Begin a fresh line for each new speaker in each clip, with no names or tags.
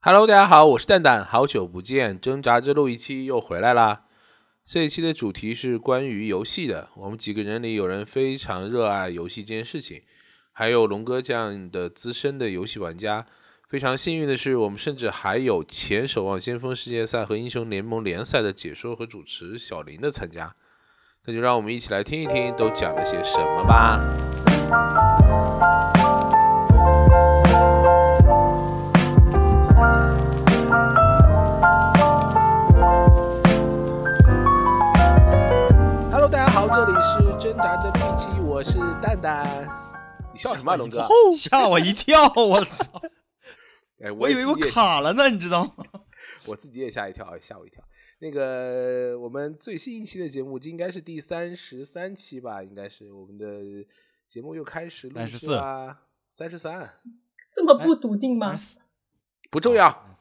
Hello，大家好，我是蛋蛋，好久不见，挣扎着录一期又回来啦。这一期的主题是关于游戏的，我们几个人里有人非常热爱游戏这件事情，还有龙哥这样的资深的游戏玩家。非常幸运的是，我们甚至还有前《守望先锋》世界赛和英雄联盟联赛的解说和主持小林的参加。那就让我们一起来听一听都讲了些什么吧。Hello，大家好，这里是挣扎着录一期，我是蛋蛋。你笑什么、啊，龙哥？
吓我一跳！我 操！
哎，
我
也
以为我
自己也
卡了呢，你知道吗？
我自己也吓一跳，吓我一跳。那个，我们最新一期的节目，这应该是第三十三期吧？应该是我们的节目又开始录制
34
啦，三十三
这么不笃定吗
哎？是
不重要，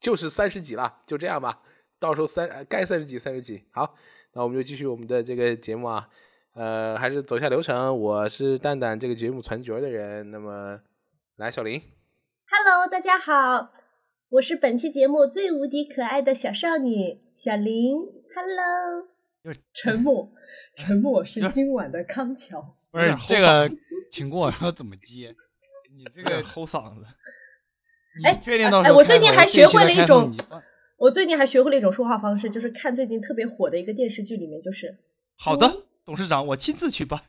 就是三十几了，就这样吧。到时候三呃该三十几三十几。好，那我们就继续我们的这个节目啊。呃，还是走一下流程。我是蛋蛋这个节目传角的人。那么，来小林，
Hello，大家好，我是本期节目最无敌可爱的小少女小林。Hello，
有
沉默，沉默是今晚的康桥。
不
有
是
点齁
这个，请过我怎么接？你这 个齁嗓子。
哎
你确定到时
哎
候
我
开
最近
头
还
这
学
一期
会
的
了一
开头
种
你哦放
我最近还学会了一种说话方式，就是看最近特别火的一个电视剧里面，就是
好的，董事长，我亲自去办。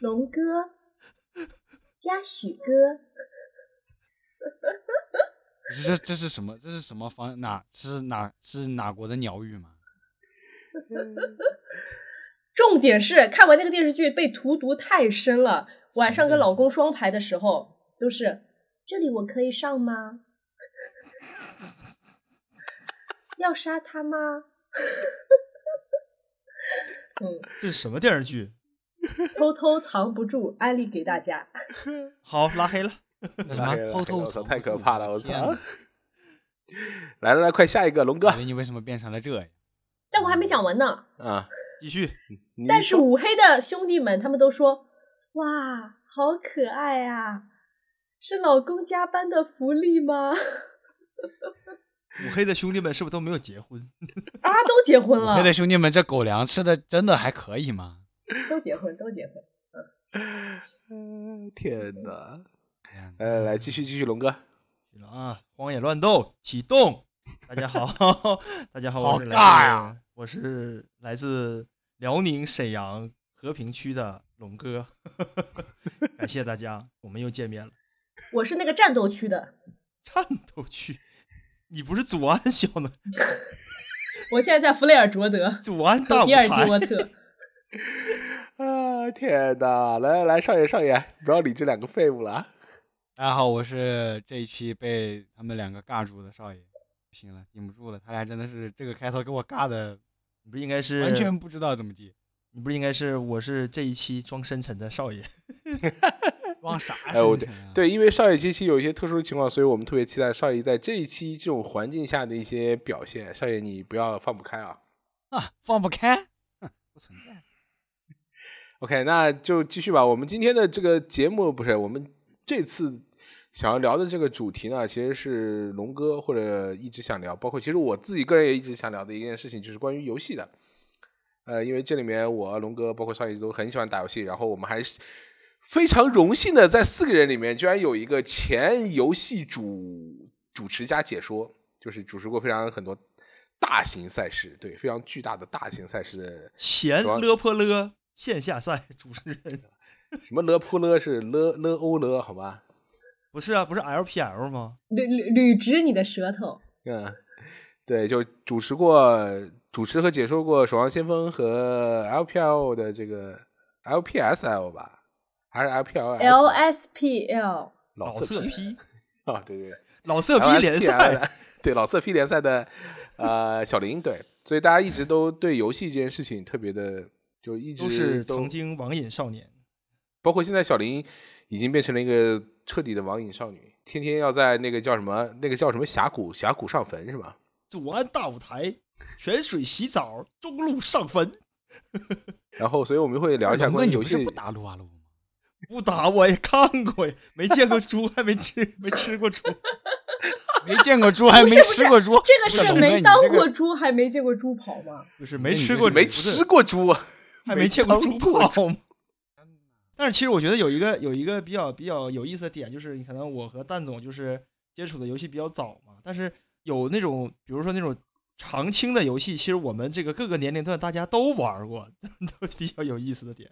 龙哥 加许哥，
这这是什么？这是什么方？哪是哪是哪国的鸟语吗？
重点是看完那个电视剧被荼毒太深了，晚上跟老公双排的时候都是这里我可以上吗？要杀他吗？ 嗯，
这是什么电视剧？
偷偷藏不住，安利给大家。
好，拉黑了。 那什
拉
么
黑了
偷
哎我
偷
操
藏
太
不
可
住
怕了，我操
天哪！
来来来，快下一个，龙哥
小林你为什么变成了这样？
但我还没讲完呢。
啊！
继续，
你
但是
说
五黑的兄弟们，他们都说：“哇，好可爱啊！是老公加班的福利吗？
五黑的兄弟们是不是都没有结婚？
啊，都结婚
五
了
黑，的兄弟们，这狗粮吃的真的还可以吗？
都结婚，都结婚。”
嗯天哪！
哎呀，
来来来，继续继续，龙哥。
去了啊！荒野乱斗启动，大家好， 大家好，
好
我是来
尬
自
呀
我是来自辽宁沈阳和平区的龙哥， 感谢大家，我们又见面了。
我是那个战斗区的，
战斗区，你不是祖安小呢？
我现在在弗雷尔卓德
祖安大
和
舞
比尔吉
台，
沃特。
啊天哪！来来来，上演上演，不要理这两个废物了啊。
大家好，我是这一期被他们两个尬住的少爷，不行了，顶不住了，他俩真的是这个开头给我尬的，
你不应该是
完全不知道怎么接，
你不应该是我是这一期装深沉的少爷，
往啥
哎我
深沉啊？
对，因为上一期期有一些特殊情况，所以我们特别期待少爷在这一期这种环境下的一些表现。少爷，你不要放不开啊。
啊，放不开，哼不存在。
OK，那就继续吧。我们今天的这个节目不是我们这次想要聊的这个主题呢，其实是龙哥或者一直想聊，包括其实我自己个人也一直想聊的一件事情，就是关于游戏的。呃，因为这里面我龙哥包括少爷都很喜欢打游戏，然后我们还是非常荣幸的在四个人里面，居然有一个前游戏主主持加解说，就是主持过非常很多大型赛事，对，非常巨大的大型赛事的
前
主要
勒破勒线下赛主持人，
什么勒扑勒是勒勒欧勒，好吧？
不是啊，不是 LPL 吗？
捋捋捋直你的舌头，
嗯，对，就主持过、主持和解说过《守望先锋》和 LPL 的这个 LPSL 吧，还是 LPLS
LSPL
老
老色
色批
批，
啊？对对，
老色批联
LSPL
赛，
的，对老色批联赛的呃小林，对，所以大家一直都对游戏这件事情特别的，就一直
都是曾经网瘾少年。
包括现在小林已经变成了一个彻底的网瘾少女，天天要在那个叫什么那个叫什么峡谷峡谷上坟是吧？
祖安大舞台，泉水洗澡，中路上坟。
然后，所以我们会聊一下
龙哥，
关于
你
游
不是
戏
不。打撸啊撸吗？不打我也看过呀，没见过猪，还没吃没吃过 猪，
没见过猪，还没吃过
这
猪，
个
哦不
是
龙哥
没
你
当
这个
过猪，还没见过猪跑吗？
就是
那
没
你
吃
这
过
是
猪，
没
不是
吃过猪啊，
还
没
没见过
当
猪
过
跑吗？但是其实我觉得有一个有一个比较比较有意思的点，就是可能我和蛋总就是接触的游戏比较早嘛，但是有那种比如说那种常青的游戏，其实我们这个各个年龄段大家都玩过， 都比较有意思的点。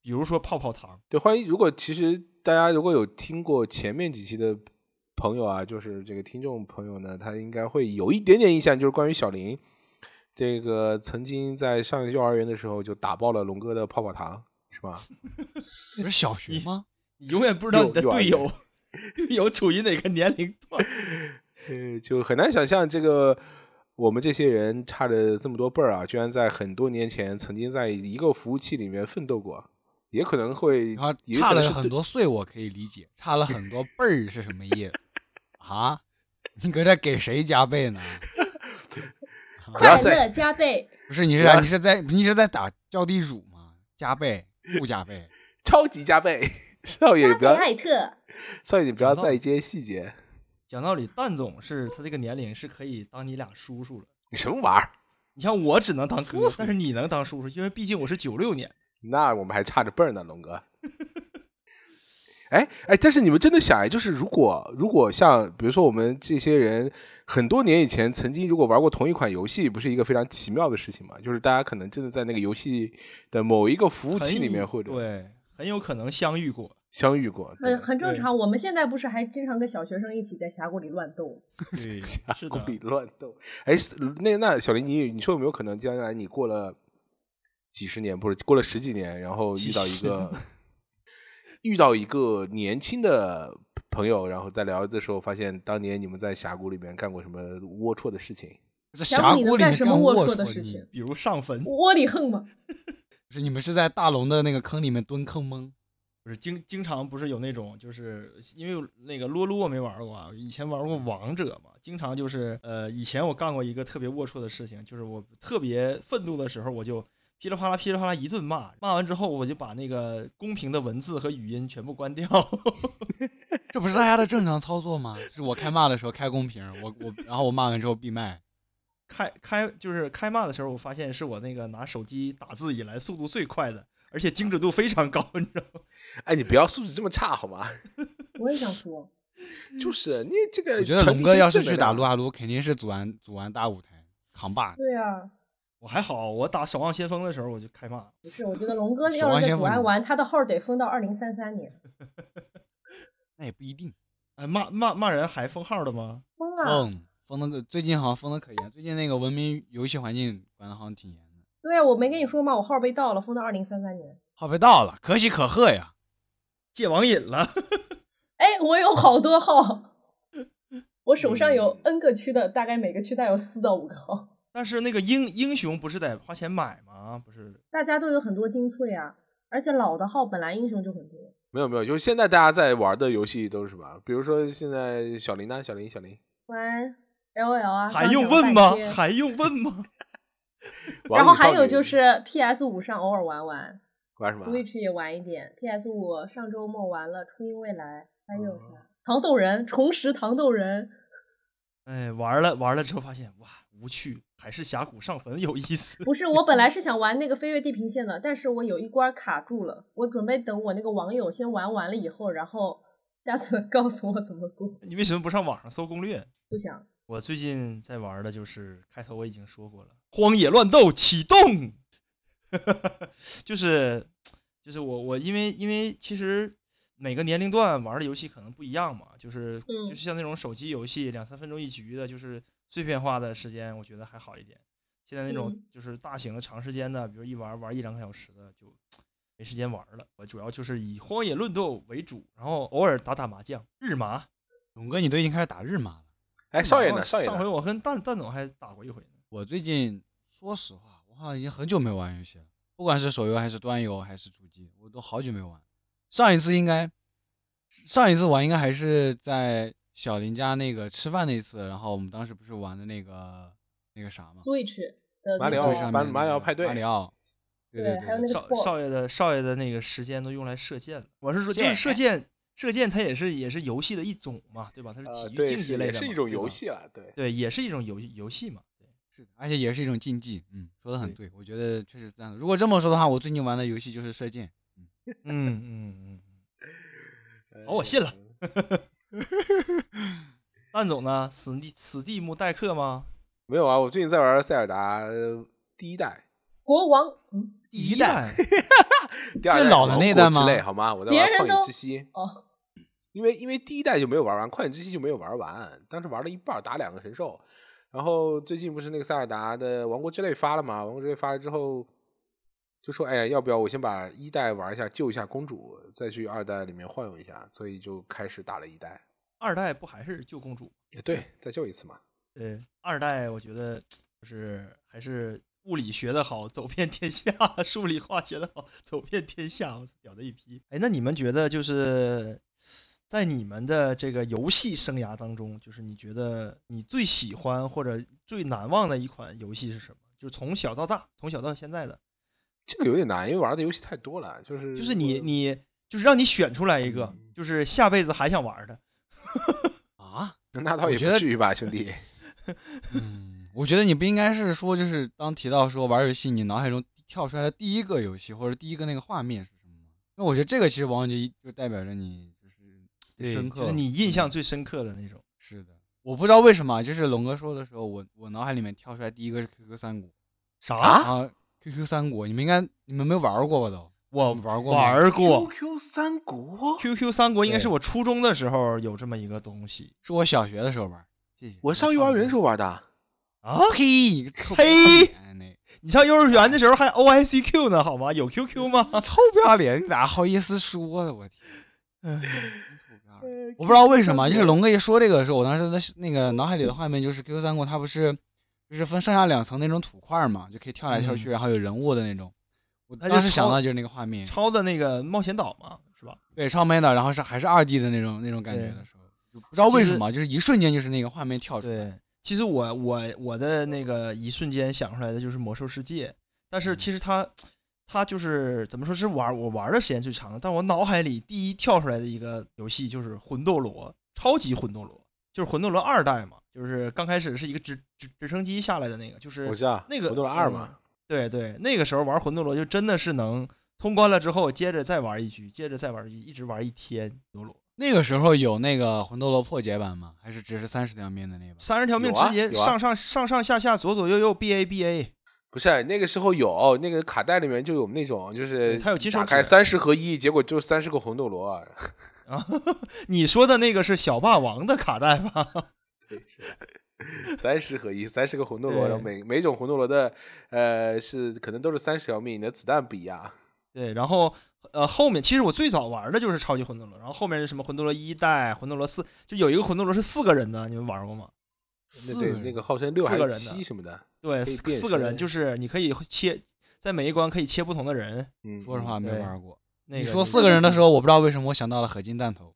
比如说泡泡糖，
对，欢迎。如果其实大家如果有听过前面几期的朋友啊，就是这个听众朋友呢，他应该会有一点点印象，就是关于小林这个曾经在上幼儿园的时候就打爆了龙哥的泡泡糖，是吧？
不是小学吗？
你永远不知道你的
幼幼儿
队友 队友处于哪个年龄段。
呃，就很难想象这个我们这些人差着这么多辈儿啊，居然在很多年前曾经在一个服务器里面奋斗过，也可能会
啊，
也
差
可能
了
是
很
对
多岁，我可以理解，差了很多辈儿是什么意思啊？你搁这给谁加倍呢？
不要
快
再
乐加倍，
不是你是啥？你是在你是在打叫地主吗？加倍不加倍？
超级加倍。 少爷，你
加
不
倍
要，
艾特。
少爷，你不要
讲道
在意
理
这些细节。
讲道理，蛋总是他这个年龄是可以当你俩叔叔了。
你什么玩意儿？
你像我只能当哥，但是你能当叔叔，因为毕竟我是九六年。
那我们还差着辈儿呢，龙哥。 哎哎，但是你们真的想，哎，就是如果如果像比如说我们这些人很多年以前曾经如果玩过同一款游戏，不是一个非常奇妙的事情嘛？就是大家可能真的在那个游戏的某一个服务器
很
里面
有
或者
对，很有可能相 遇过。
相遇过。对
很很正
对
常。我们现在不是还经常跟小学生一起在峡谷里乱斗？
对，是
故
的，
里乱斗。哎，是那那小林，你你说有没有可能将来你过了几十年，不是过了十几年，然后遇
几
到一
十
个遇到一个年轻的朋友，然后在聊的时候发现当年你们在峡谷里面干过什么龌龊的事情？
这
想
峡
你能
谷里
干
面
什么龌
龌
龊的
你
事情？
比如上坟，
窝里横嘛，
不是你们是在大龙的那个坑里面蹲坑蒙？
不是经经常不是有那种，就是因为那个撸啊撸我没玩过啊，以前玩过王者嘛，经常就是呃，以前我干过一个特别龌龊的事情，就是我特别愤怒的时候，我就噼里啪啦噼里啪啦一顿骂，骂完之后我就把那个公屏的文字和语音全部关掉。
这不是大家的正常操作吗？是我开骂的时候开公屏，我我然后我骂完之后闭麦，
开开就是开骂的时候，我发现是我那个拿手机打字以来速度最快的，而且精准度非常高，你知道吗？
哎，你不要素质这么差好吗？
我也想说，嗯
就是你这个，
我觉得龙哥要是去打撸，啊撸，肯定是祖安祖安大舞台扛把子。
对啊，
我还好，我打守望先锋的时候我就开骂，
不是，我觉得龙哥
守
要
望
是在
先锋
祖安玩，他的号得封到二零三三年，
那也不一定。
哎骂骂骂人还封号的吗？
疯啊！
封封的个最近好像封的可严，最近那个文明游戏环境管的好像挺严的。
对啊，我没跟你说吗？我号被盗了，封到二零三三年。
话费到了，可喜可贺呀！
戒网瘾了，
哎，我有好多号， 我手上有
嗯
N 个区的，大概每个区带有四到五个号，
但是那个英英雄不是得花钱买吗？不是，
大家都有很多精粹啊，而且老的号本来英雄就很多。
没有没有，就是现在大家在玩的游戏都是什么？比如说现在小林呢，小林小林
玩 L O L 啊，
还
刚
用
讲
问
了
吗
半？天
还用问吗？
王
然后
者少
还有
女
就是 P S 五上偶尔玩玩
玩什么？
，Switch 也玩一点。P S 五上周末玩了《初音未来》，还有啥？
嗯
糖豆人重拾糖豆人，
哎，玩了玩了之后发现哇无趣，还是峡谷上坟有意思。
不是我本来是想玩那个飞跃地平线的，但是我有一关卡住了，我准备等我那个网友先玩完了以后，然后下次告诉我怎么过。
你为什么不上网上搜攻略？
不想，
我最近在玩的就是开头我已经说过了，《荒野乱斗》启动， 就是就是我我因为因为其实每个年龄段玩的游戏可能不一样嘛，就是
嗯
就是像那种手机游戏两三分钟一局的，就是碎片化的时间，我觉得还好一点。现在那种
嗯
就是大型的长时间的，比如一玩玩一两个小时的，就没时间玩了。我主要就是以《荒野乱斗》为主，然后偶尔打打麻将，日麻。
龙哥，你都已经开始打日麻了。
哎，少爷呢？
哦
上
少爷呢
上回我跟蛋蛋总还打过一回呢。
我最近说实话，我好像已经很久没玩游戏了，不管是手游还是端游还是主机，我都好久没玩。上一次应该，上一次玩应该还是在小林家那个吃饭那一次，然后我们当时不是玩的那个那个啥吗？
Switch 的
马里
那
奥
个
Switch 上
马
面
马里奥
那个
派对
马里奥，对对
还有那个
对对，
少
sports
少爷的少爷的那个时间都用来射箭了。我是说，就是
箭哎
射箭，射箭它也是也是游戏的一种嘛，对吧？它
呃
是体育
对，
竞技
是
类
也
的嘛，
是一种
对
游
吧，
戏啊了，对。
对，也是一种游游戏嘛。 对
是的，而且也是一种竞技。嗯，说的很对，我觉得确实是这样的。如果这么说的话，我最近玩的游戏就是射箭。
嗯嗯嗯。好哦我信了
嗯。
蛋总呢？死地死地木代课吗？
没有啊，我最近在玩塞尔达呃第一代，
国王，嗯，
第一代
第二
最
代
老的
王
那
国
代
之
吗
泪好吗？我在
别
玩
人
旷野
都
之息。
哦，
因为因为第一代就没有玩完，旷野之息就没有玩完，当时玩了一半儿打两个神兽，然后最近不是那个塞尔达的王国之泪发了嘛，王国之泪发了之后就说，哎呀，要不要我先把一代玩一下，救一下公主，再去二代里面晃悠一下，所以就开始打了一代，
二代不还是救公主？
也对，再救一次嘛，
对，二代我觉得就是还是物理学的好，走遍天下； 数理化学的好，走遍天下。我操屌的一批。哎，那你们觉得就是在你们的这个游戏生涯当中，就是你觉得你最喜欢或者最难忘的一款游戏是什么？就是从小到大，从小到现在的，
这个有点难，因为玩的游戏太多了，就是
就
就是
呃
你你就是让你选出来一个，
嗯
就是下辈子还想玩的。
啊？
那倒
我
也
觉
不
得
至于吧，兄 弟，
嗯，我觉得你不应该是说，就是当提到说玩游戏，你脑海中跳出来的第一个游戏或者第一个那个画面是什么吗？那我觉得这个其实往往就一就代表着你就是深刻，
就是你印象
嗯
最深刻的那种。
是的。我不知道为什么，啊就是龙哥说的时候，我我脑海里面跳出来第一个是 QQ 三国
啥？
啊
，QQ 三国，你们应该你们没玩过吧都？
我
你玩过吗
玩过。
QQ 三国，
QQ 三国应该
对
是我初中的时候有这么一个东西
是我小学的时候玩，谢谢。
我上幼儿园的时
候，
候玩的，
啊！
嘿，臭不要
嘿
脸那
你上幼儿园的时候还 OICQ 呢，好吗？有 QQ 吗？
臭不要脸，你咋好意思说的？我天，
嗯
真臭不要脸。啊我不知道为什么，就是
龙。
龙哥一说这个的时候，我当时的是那个脑海里的画面 就是 QQ 三国，它不是就是分上下两层那种土块儿嘛，就可以跳来跳去，
嗯
然后有人物的那种。我
它就
当时想
超
到就是那个画面，
抄的那个冒险岛嘛，是吧？
对，超美的，然后是还是二 D 的那种那种感觉
对
的时候，就不知道为
其
什
实
么，就是一瞬间就是那个画面跳出来。
对，其实我我我的那个一瞬间想出来的就是魔兽世界，但是其实它它就是怎么说是玩我玩的时间最长的，但我脑海里第一跳出来的一个游戏就是魂斗罗，超级魂斗罗，就是魂斗罗二代嘛，就是刚开始是一个直直直升机下来的那个，嗯就是
我知道
那个
魂斗罗二嘛
嗯对对，那个时候玩魂斗罗就真的是能通关了之后，接着再玩一局，接着再玩一局，一直玩一天魂斗罗，
那个时候有那个魂斗罗破解版吗？还是只是三十条命的那版？
三十条命
有啊
直接
有啊
上上上上下下左左右右 B A B A，
不是那个时候有那个卡带里面就有那种，就是
对它有金手
打开
指
三十合一，结果就三十个红斗罗。
啊，你说的那个是小霸王的卡带吧？
三十合一，三十个红斗罗，
对
然后每每种红斗罗的呃是可能都是三十条命，你的子弹不一样。
对，然后呃后面其实我最早玩的就是超级魂斗罗，然后后面是什么魂斗罗一代、魂斗罗四，就有一个魂斗罗是四个人的，你们玩过吗？
那
四
对
人
那个号称六
四
还
个
是
人的
七什么的，
对，
可以
四
变
四个人
身
就是你可以切在每一关可以切不同的人。
嗯，
说实话
嗯
没
对
玩过。
那个
你说
就
四个人的时
候，
候，我不知道为什么我想到了合金弹头。
啊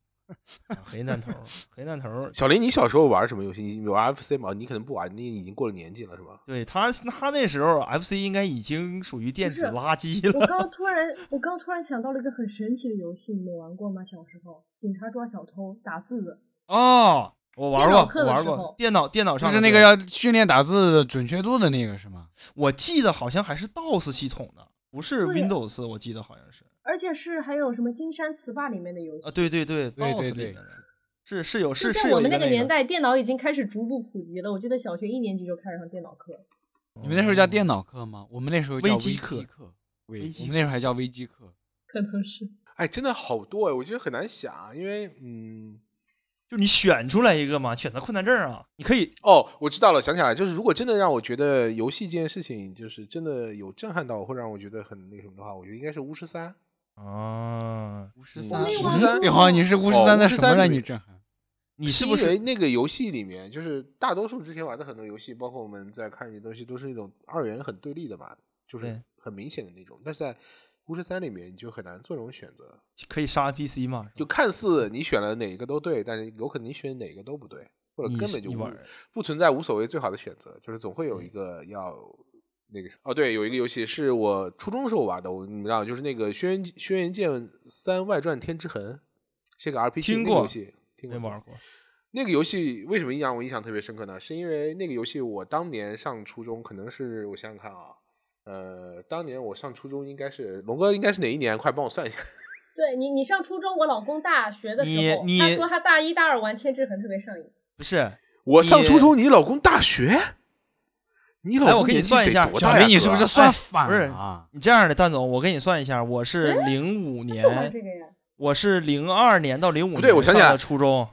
黑弹头，黑弹头
小林，你小时候玩什么游戏？你你玩 FC 吗？你可能不玩，你已经过了年纪了，是吧？
对他，他那时候 FC 应该已经属于电
不
子
是
垃圾
我
了。
刚突然，我刚突然想到了一个很神奇的游戏，你们玩过吗？小时候，警察抓小偷，打字的。
哦，我玩
电
过
脑，课
我
的
玩
时
过
候，
电脑电脑
就
上
是
的
那
对
个要训练打字准确度的那个是吗？
我记得好像还是 DOS 系统的，不是
对啊
Windows，我记得好像是
而且是还有什么金山词霸里面的游戏
啊，对对对
对
，DOS
对
里
对
面的，是是有
就是
是
在
有
我
一
们
个
那
那
年，代，电脑已经开始逐步普及了。我记得小学一年级就开始上电脑课，
你们那时候叫电
脑
脑课吗？我们那时候
微
叫
机
课
课，
微
微
我
机
们那时候还叫微机课。
可能是
哎，真的好多哎，我觉得很难想，因为嗯。
就你选出来一个嘛，选择困难症啊，你可以
哦，我知道了，想起来了，就是如果真的让我觉得游戏这件事情，就是真的有震撼到我，或者让我觉得很那个什么的话，我觉得应该是巫师三。
啊，
五十
我
三，
没
嗯五
玩
十三，
过
比方你是五十三的
哦
什么让
53
你震撼？
你是不
因为
是
那个游戏里面，就是大多数之前玩的很多游戏，包括我们在看一些东西，都是那种二元很对立的嘛，就是
对
很明显的那种。但是在巫师三里面，你就很难做这种选择，
可以杀 NPC 嘛？是
就
吧
看似你选了哪个都对，但是有可能你选哪个都不对，或者
你
根
是
本就
你
无
玩儿嗯
不存在无所谓最好的选择，就是总会有一个要那个是哦，对，有一个游戏是我初中的时候玩的，我你们知道，就是那个《轩辕轩辕剑三外传天之痕》，是个 RPG
听
那个
过
游戏，听
没
过
玩过。
那个游戏为什么让我印象特别深刻呢？是因为那个游戏我当年上初中，可能是我想想看啊，呃，当年我上初中应该是龙哥应该是哪一年？快帮我算一下。
对你，你上初中，我老公大学的时
你
候，
你
他说他大一大二玩天之痕特别上瘾。
不是，
我上
你
初中，你老公大学？你老
哎
公
我给你
年纪
算一
得
下
多
小
大呀
明，你是
哥
不是
哎
算反了啊？
你这样的蛋总，我跟你算一下，我是零五
他是玩这
年，
个呀？
我是零二年到零五
不
年
对我想起来
上
了
的初中，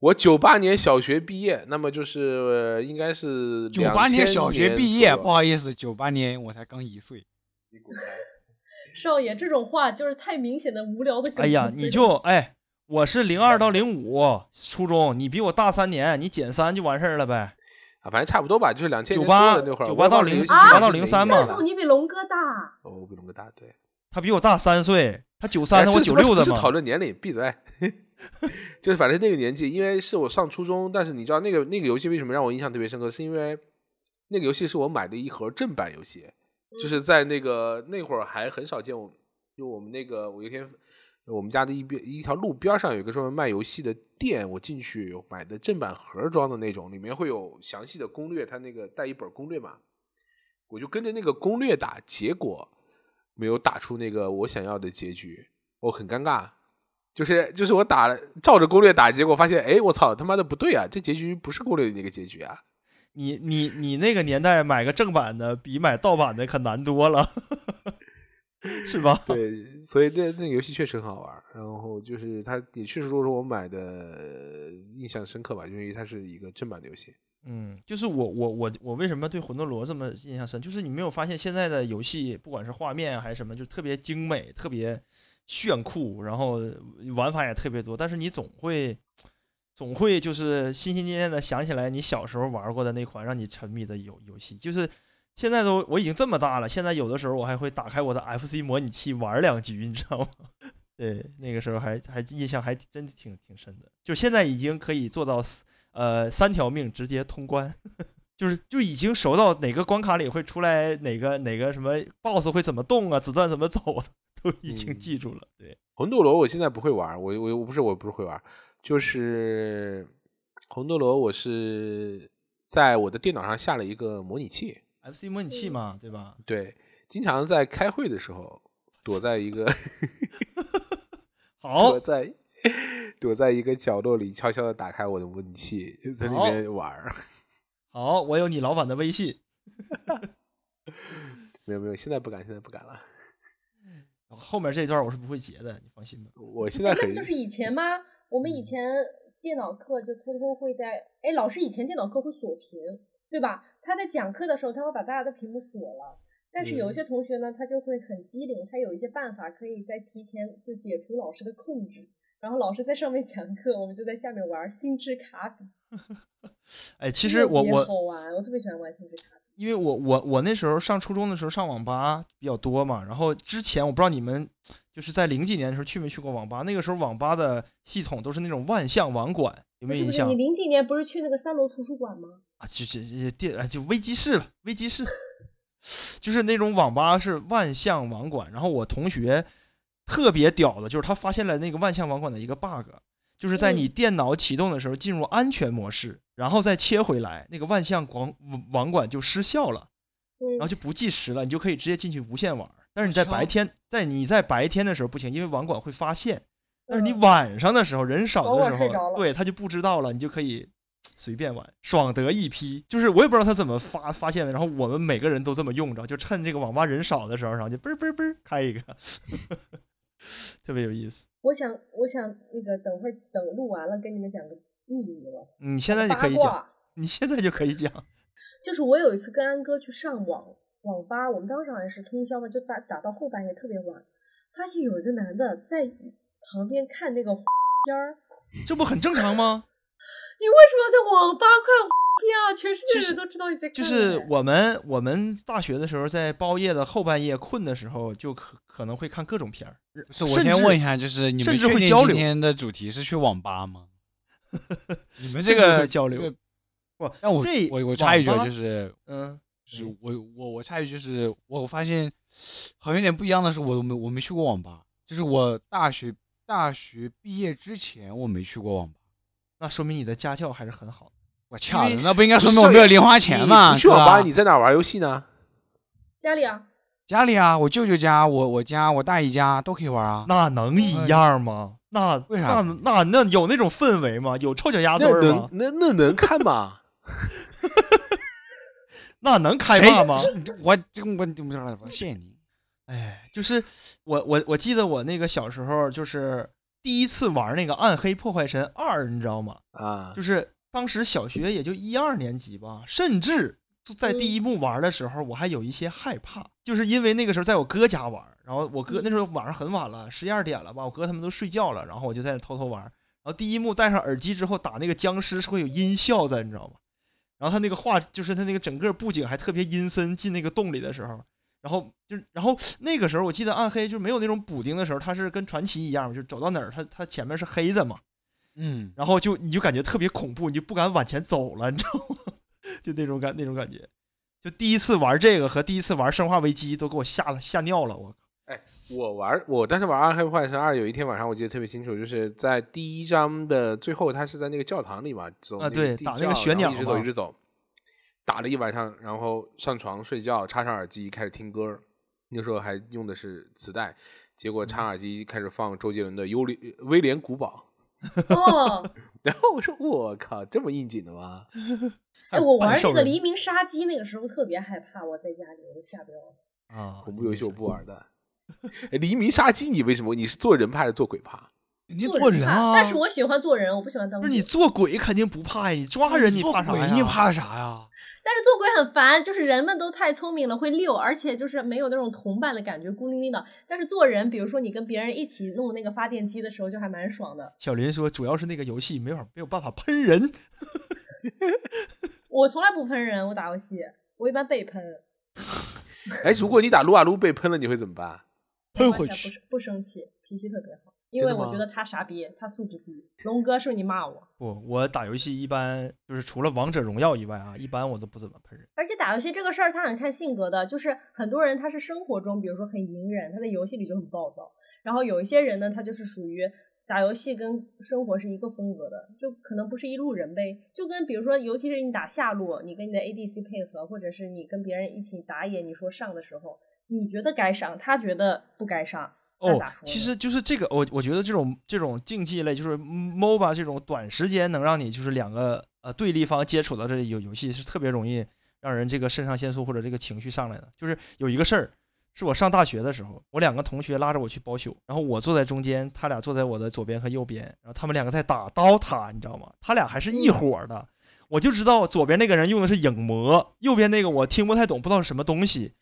我九八年小学毕业，那么就是、呃应该是
九八
年
年小学毕业，不
好。
好意思，九八年我才刚一岁。
少爷这种话就是太明显的无聊的梗。
哎呀，你就哎，我是零二到零五初中，你比我大三年，你减三就完事儿了呗。
啊，反正差不多吧，就是两千
九八
那会儿，
九
我也
八到
忘了
零
游戏
九
机
八
是
到
哪一
零三
年
嘛
了
但啊是你比龙哥大，
哦，我比龙哥大，对，
他比我大三岁，他九
哎
三的，
这
我
他
九
妈
六
不
的
是讨
嘛。
论年龄，闭嘴。 就是反正那个年纪，因为是我上初中，但是你知道那个那个游戏为什么让我印象特别深刻，是因为那个游戏是我买的一盒正版游戏，就是在那个那会儿还很少见我，就我们那个我有一天我们家的一边一条路边上有一个专门卖游戏的店，我进去买的正版盒装的那种，里面会有详细的攻略，它那个带一本攻略嘛，我就跟着那个攻略打，结果没有打出那个我想要的结局，我哦很尴尬。就是就是我打了照着攻略打，结果发现，哎，我操，他妈的不对啊！这结局不是攻略的那个结局啊！
你你你那个年代买个正版的比买盗版的可难多 了，是吧？
对，所以那那个游戏确实很好玩儿。然后就是它也确实说是我买的呃印象深刻吧，因为它是一个正版的游戏。
嗯，就是我我我我为什么对魂斗罗这么印象深？就是你没有发现现在的游戏，不管是画面啊还是什么，就特别精美，特别炫酷，然后玩法也特别多，但是你总会总会就是心心念念的想起来你小时候玩过的那款让你沉迷的游游戏。就是现在都我已经这么大了，现在有的时候我还会打开我的 FC 模拟器玩两局，你知道吗？ 对，那个时候还还印象还真挺挺深的，就现在已经可以做到四呃三条命直接通关， 就是就已经熟到哪个关卡里会出来哪个哪个什么 BOSS 会怎么动啊，子弹怎么走的 都已经
嗯
记住了。对，
魂斗罗我现在不会玩儿，我我我不是我不是会玩儿，就是魂斗罗我是在我的电脑上下了一个模拟器，
FC 模拟器
嗯
嘛，对吧？
对，经常在开会的时候躲在一个。
好
躲，在躲在一个角落里，悄悄的打开我的模拟器，在里面玩儿。
好，我有你老板的微信。
没有没有，现在不敢，现在不敢了。
后面这段我是不会截的，你放心吧。
我现在
哎，那
很
不就是以前吗？我们
嗯
以前电脑课就偷偷会在，哎，老师以前电脑课会锁屏，对吧？他在讲课的时候，他会把大家的屏幕锁了。但
嗯
是有一些同学呢，他就会很机灵，他有一些办法可以在提前就解除老师的控制。然后老师在上面讲课，我们就在下面玩心之卡比。
哎，其实我
特别
我
好玩，我特别喜欢玩心之卡比。
因为我我我那时候上初中的时候上网吧比较多嘛，然后之前我不知道你们就是在零几年的时候去没去过网吧，那个时候网吧的系统都是那种万象网管，有
不
没
是
有
不
印
是，
象
你零几年不是去那个三楼图书馆吗？
啊？就就就电啊就危机室吧，危机室， 就是那种网吧是万象网管，然后我同学特别屌的，就是他发现了那个万象网管的一个 bug，就是在
嗯
你电脑启动的时候进入安全模式，然后再切回来，那个万象网网管就失效了。
嗯
然后就不计时了，你就可以直接进去无限玩儿。但是你在白
哦
瞧
天，在你在白天的时候不行，因为网管会发现。但是你晚上的时候，人少
网
的
管
时
嗯睡着
候，
了
对他就不知道了，你就可以随便玩，爽得一批。就是我也不知道他怎么发发现的，然后我们每个人都这么用着，就趁这个网吧人少的时候，然后就嘣儿嘣儿嘣儿开一个， 特别有意思。
我想，我想那个等会儿等录完了跟你们讲个秘密，我操！
你现在就
八
可以
卦
讲，。你现在就可以讲。
就是我有一次跟安哥去上网网吧，我们当时好像是通宵嘛，就打打到后半夜特别晚，发现有一个男的在旁边看那个片儿。
这不很正常吗？
你为什么要在网吧看片啊？全世界
就是
人都知道你在看、
就是我们我们大学的时候，在包夜的后半夜困的时候，就可可能会看各种片儿。
不是，我
甚
先
至
问一下，就是你
甚
们
至
确
会
定
交
今
流
天的主题是去网吧 吗？你们
甚至
这个
会交
这
流
个
不，
让我
这
我我插一句，啊
网吧
就是
嗯，
就是
对
我我我插一句，就是我发现好像有点不一样的是，我没我没去过网吧，就是我大学大学毕业之前我没去过网吧。
那说明你的家教还是很好的。
我操
因，为
那不应该说明我没有零花钱吗？
你去
对
网吧
吧
你在哪玩游戏呢？
家里 啊，
家里啊，我舅舅家，我我家，我大姨家都可以玩啊。
那能一样吗？那
为啥
那那那有那种氛围吗？有臭脚丫子
那
味儿吗
能？那那能看吗？
那能开
谁
骂吗？
我这我我我谢 谢你。
哎，就是我我我记得我那个小时候就是第一次玩那个《暗黑破坏神二》，你知道吗？
啊
就，是当时小学也就一二年级吧，甚至就在第一幕玩的时候，我还有一些害怕，就是因为那个时候在我哥家玩，然后我哥那时候晚上很晚了，十一二点了吧，我哥他们都睡觉了，然后我就在那偷偷玩。然后第一幕戴上耳机之后打那个僵尸是会有音效的，你知道吗？然后他那个画就是他那个整个布景还特别阴森，进那个洞里的时候。然后就是，然后 那个时候我记得暗黑就没有那种补丁的时候，它是跟传奇一样，就走到哪儿它它前面是黑的嘛，
嗯，
然后就你就感觉特别恐怖，你就不敢往前走了，你知道吗？ 就那种感那种感觉，就第一次玩这个和第一次玩生化危机都给我吓了吓尿了，我靠！
我玩我当时玩《暗黑破坏神二》，有一天晚上我记得特别清楚，就是在第一章的最后，他是在那个教堂里嘛，走
啊
那个
对
地
打那
窖
个雪
然后
鸟
一直走
嘛
一直走，打了一晚上，然后上床睡觉，插上耳机开始听歌儿，那时候还用的是磁带，结
嗯
果插耳机开始放周杰伦的《幽灵威廉古堡
哦，》，
然后我说我靠，这么应景的吗？
还
哎，
有
我玩
半
那
兽
个
人
黎明杀机，那个时候特别害怕，我在家里我都吓得要死。
啊，
恐怖游戏我不玩的。哎黎明杀机，你为什么？你是做人怕还是做鬼怕？
你
做人怕但是我喜欢做人，我不喜欢当
啊不是
鬼。
你做鬼肯定不怕呀，你抓人你
做
怕啥
鬼
呀？
你怕啥呀？
但是做鬼很烦，就是人们都太聪明了，会溜，而且就是没有那种同伴的感觉，孤零零的。但是做人，比如说你跟别人一起弄那个发电机的时候，就还蛮爽的。
小林说，主要是那个游戏没法没有办法喷人，
我从来不喷人，我打游戏，我一般被喷，
哎，如果你打撸啊撸被喷了，你会怎么办？
喷回
完全
去
不生不生气，脾气特别好，因
真的
为我
吗
觉得他傻逼，他素质低。龙哥说你骂我，
不，我打游戏一般就是除了王者荣耀以外啊，一般我都不怎么喷人。
而且打游戏这个事儿，他很看性格的，就是很多人他是生活中，比如说很隐忍，他在游戏里就很暴躁。然后有一些人呢，他就是属于打游戏跟生活是一个风格的，就可能不是一路人呗。就跟比如说，尤其是你打下路，你跟你的 ADC 配合，或者是你跟别人一起打野，你说上的时候，你觉得该上，他觉得不该上， 那
哦
咋，说
其
呢
实就是这个，我我觉得这种这种竞技类，就是 MOBA 这种短时间能让你就是两个呃对立方接触到这个游游戏，是特别容易让人这个肾上腺素或者这个情绪上来的。就是有一个事儿，是我上大学的时候，我两个同学拉着我去包宿，然后我坐在中间，他俩坐在我的左边和右边，然后他们两个在打刀塔，你知道吗？他俩还是
嗯
一伙儿的，我就知道左边那个人用的是影魔，右边那个我听不太懂，不知道是什么东西。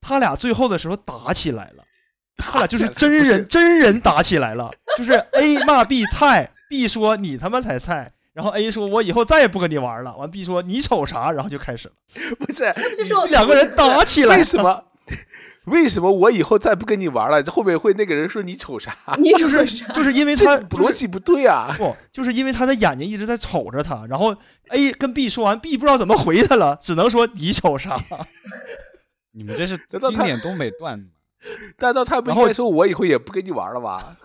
他俩最后的时候打起来了。他俩就 是真
不是
人真人打起来了，就是 A 骂 B 菜，B 说你他妈才菜，然后 A 说我以后再也不跟你玩了，完 B 说你瞅啥，然后就开始了，
不是
那不就是我
两个人打起来
为，什么？为什么我以后再不跟你玩了？这后面会那个人说你丑啥？
你
就
说
是
啥？
就是因为
这
他
逻辑不对 啊！
不就是因为他的眼睛一直在瞅着他，然后 A 跟 B 说完，B 不知道怎么回他了，只能说你瞅啥，
你们这 是
难道
经
他
典东北段子。
难道他不应
然
该
后
说我以后也不跟你玩了吧？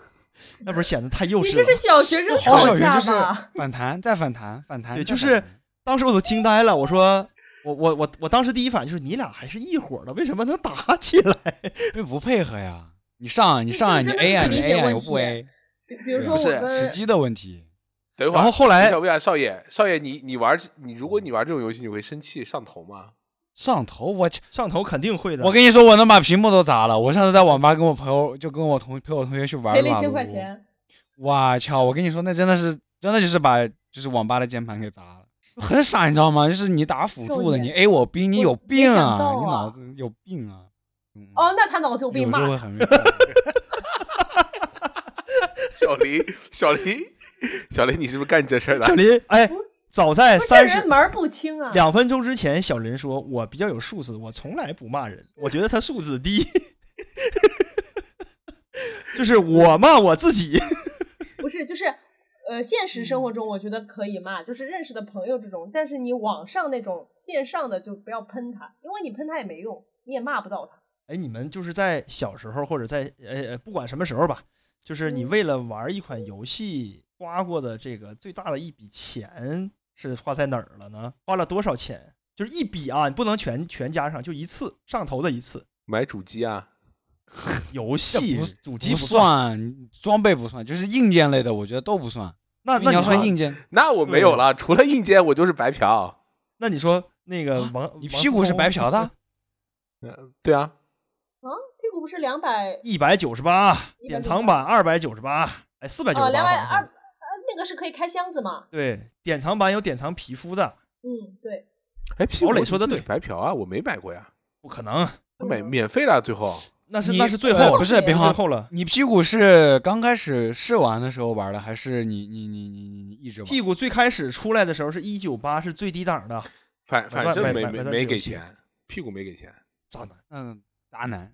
那不是显得太幼
你
稚
这
了
是。小学生
好小
吵
学
架
就是
吧？
反弹再反弹，反弹
对
再
就是
反弹
当时我都惊呆了，我说我我我我当时第一反应就是你俩还是一伙儿的，为什么能打起来？
因为不配合呀。你上啊，你
这
上啊，
这
你
真的
A 呀，
是
你
理
A
解
呀，
问
又不
题
A，
比比如
嗯
对
说我
不是
跟
时机的问题。
等一会儿，
然后后来
我想少爷，少爷你你玩你如果你玩这种游戏，你会生气上头吗？
上头，我去
上头肯定会的。
我跟你说，我能把屏幕都砸了。我上次在网吧跟我朋友，就跟我同陪我同学去玩
赔
撸
了一
啊
千块
撸
钱。
哇操！我跟你说，那真的是真的就是把就是网吧的键盘给砸 了，很傻，你知道吗？就是你打辅
少
助的，
爷
你 A 我 B，你
我
有
没
病
想
啊！
到
你
啊
脑子有病啊！嗯
哦，，那他脑子有
有
病
时
骂
候会
你。
很
小林，小林，小林，你是不是干这事儿的
小？林，哎，早在
不是这
三十
人门儿不清啊！
两分钟之前，小林说：“我比较有素质，我从来不骂人。我觉得他素质低， 就是我骂我自己。
不是，就是呃，现实生活中我觉得可以骂，就是认识的朋友这种，但是你网上那种线上的就不要喷他，因为你喷他也没用，你也骂不到他。
哎，你们就是在小时候或者在呃不管什么时候吧，就是你为了玩一款游戏花过的这个最大的一笔钱是花在哪儿了呢？花了多少钱？就是一笔啊，你不能全全加上，就一次上头的一次
买主机啊，
游
这
戏
不
主机
不
算。
算，装备不算，就是硬件类的，我觉得都不算。
那
因为
那
你要
你
算
说
硬件，
那我没有
嗯
了，除了硬件我就是白嫖。
那你说那个王，
啊你屁股是白嫖的，
对啊，
屁股不是两百
一百九十八，啊典藏版二百九十八，哎，四百九
啊，
十
两百
八，
二呃，那个是可以开箱子嘛？
对，典藏版有典藏皮肤的，
嗯，对，
哎，屁股
老磊说得对
就是白嫖啊，我没买过呀，
不可能，
他买免费了，最后
那是
你
那是最
呃
后，
不是
那
别
是
慌
最后了。
你屁股是刚开始试玩的时候玩的，还是你你你你你你一直玩？
屁股最开始出来的时候是一九八，是最低档的，
反
买断
反正
买
没
买
没
买断
没
这个
给
游戏
钱，屁股没给钱。
渣男。
嗯，渣男。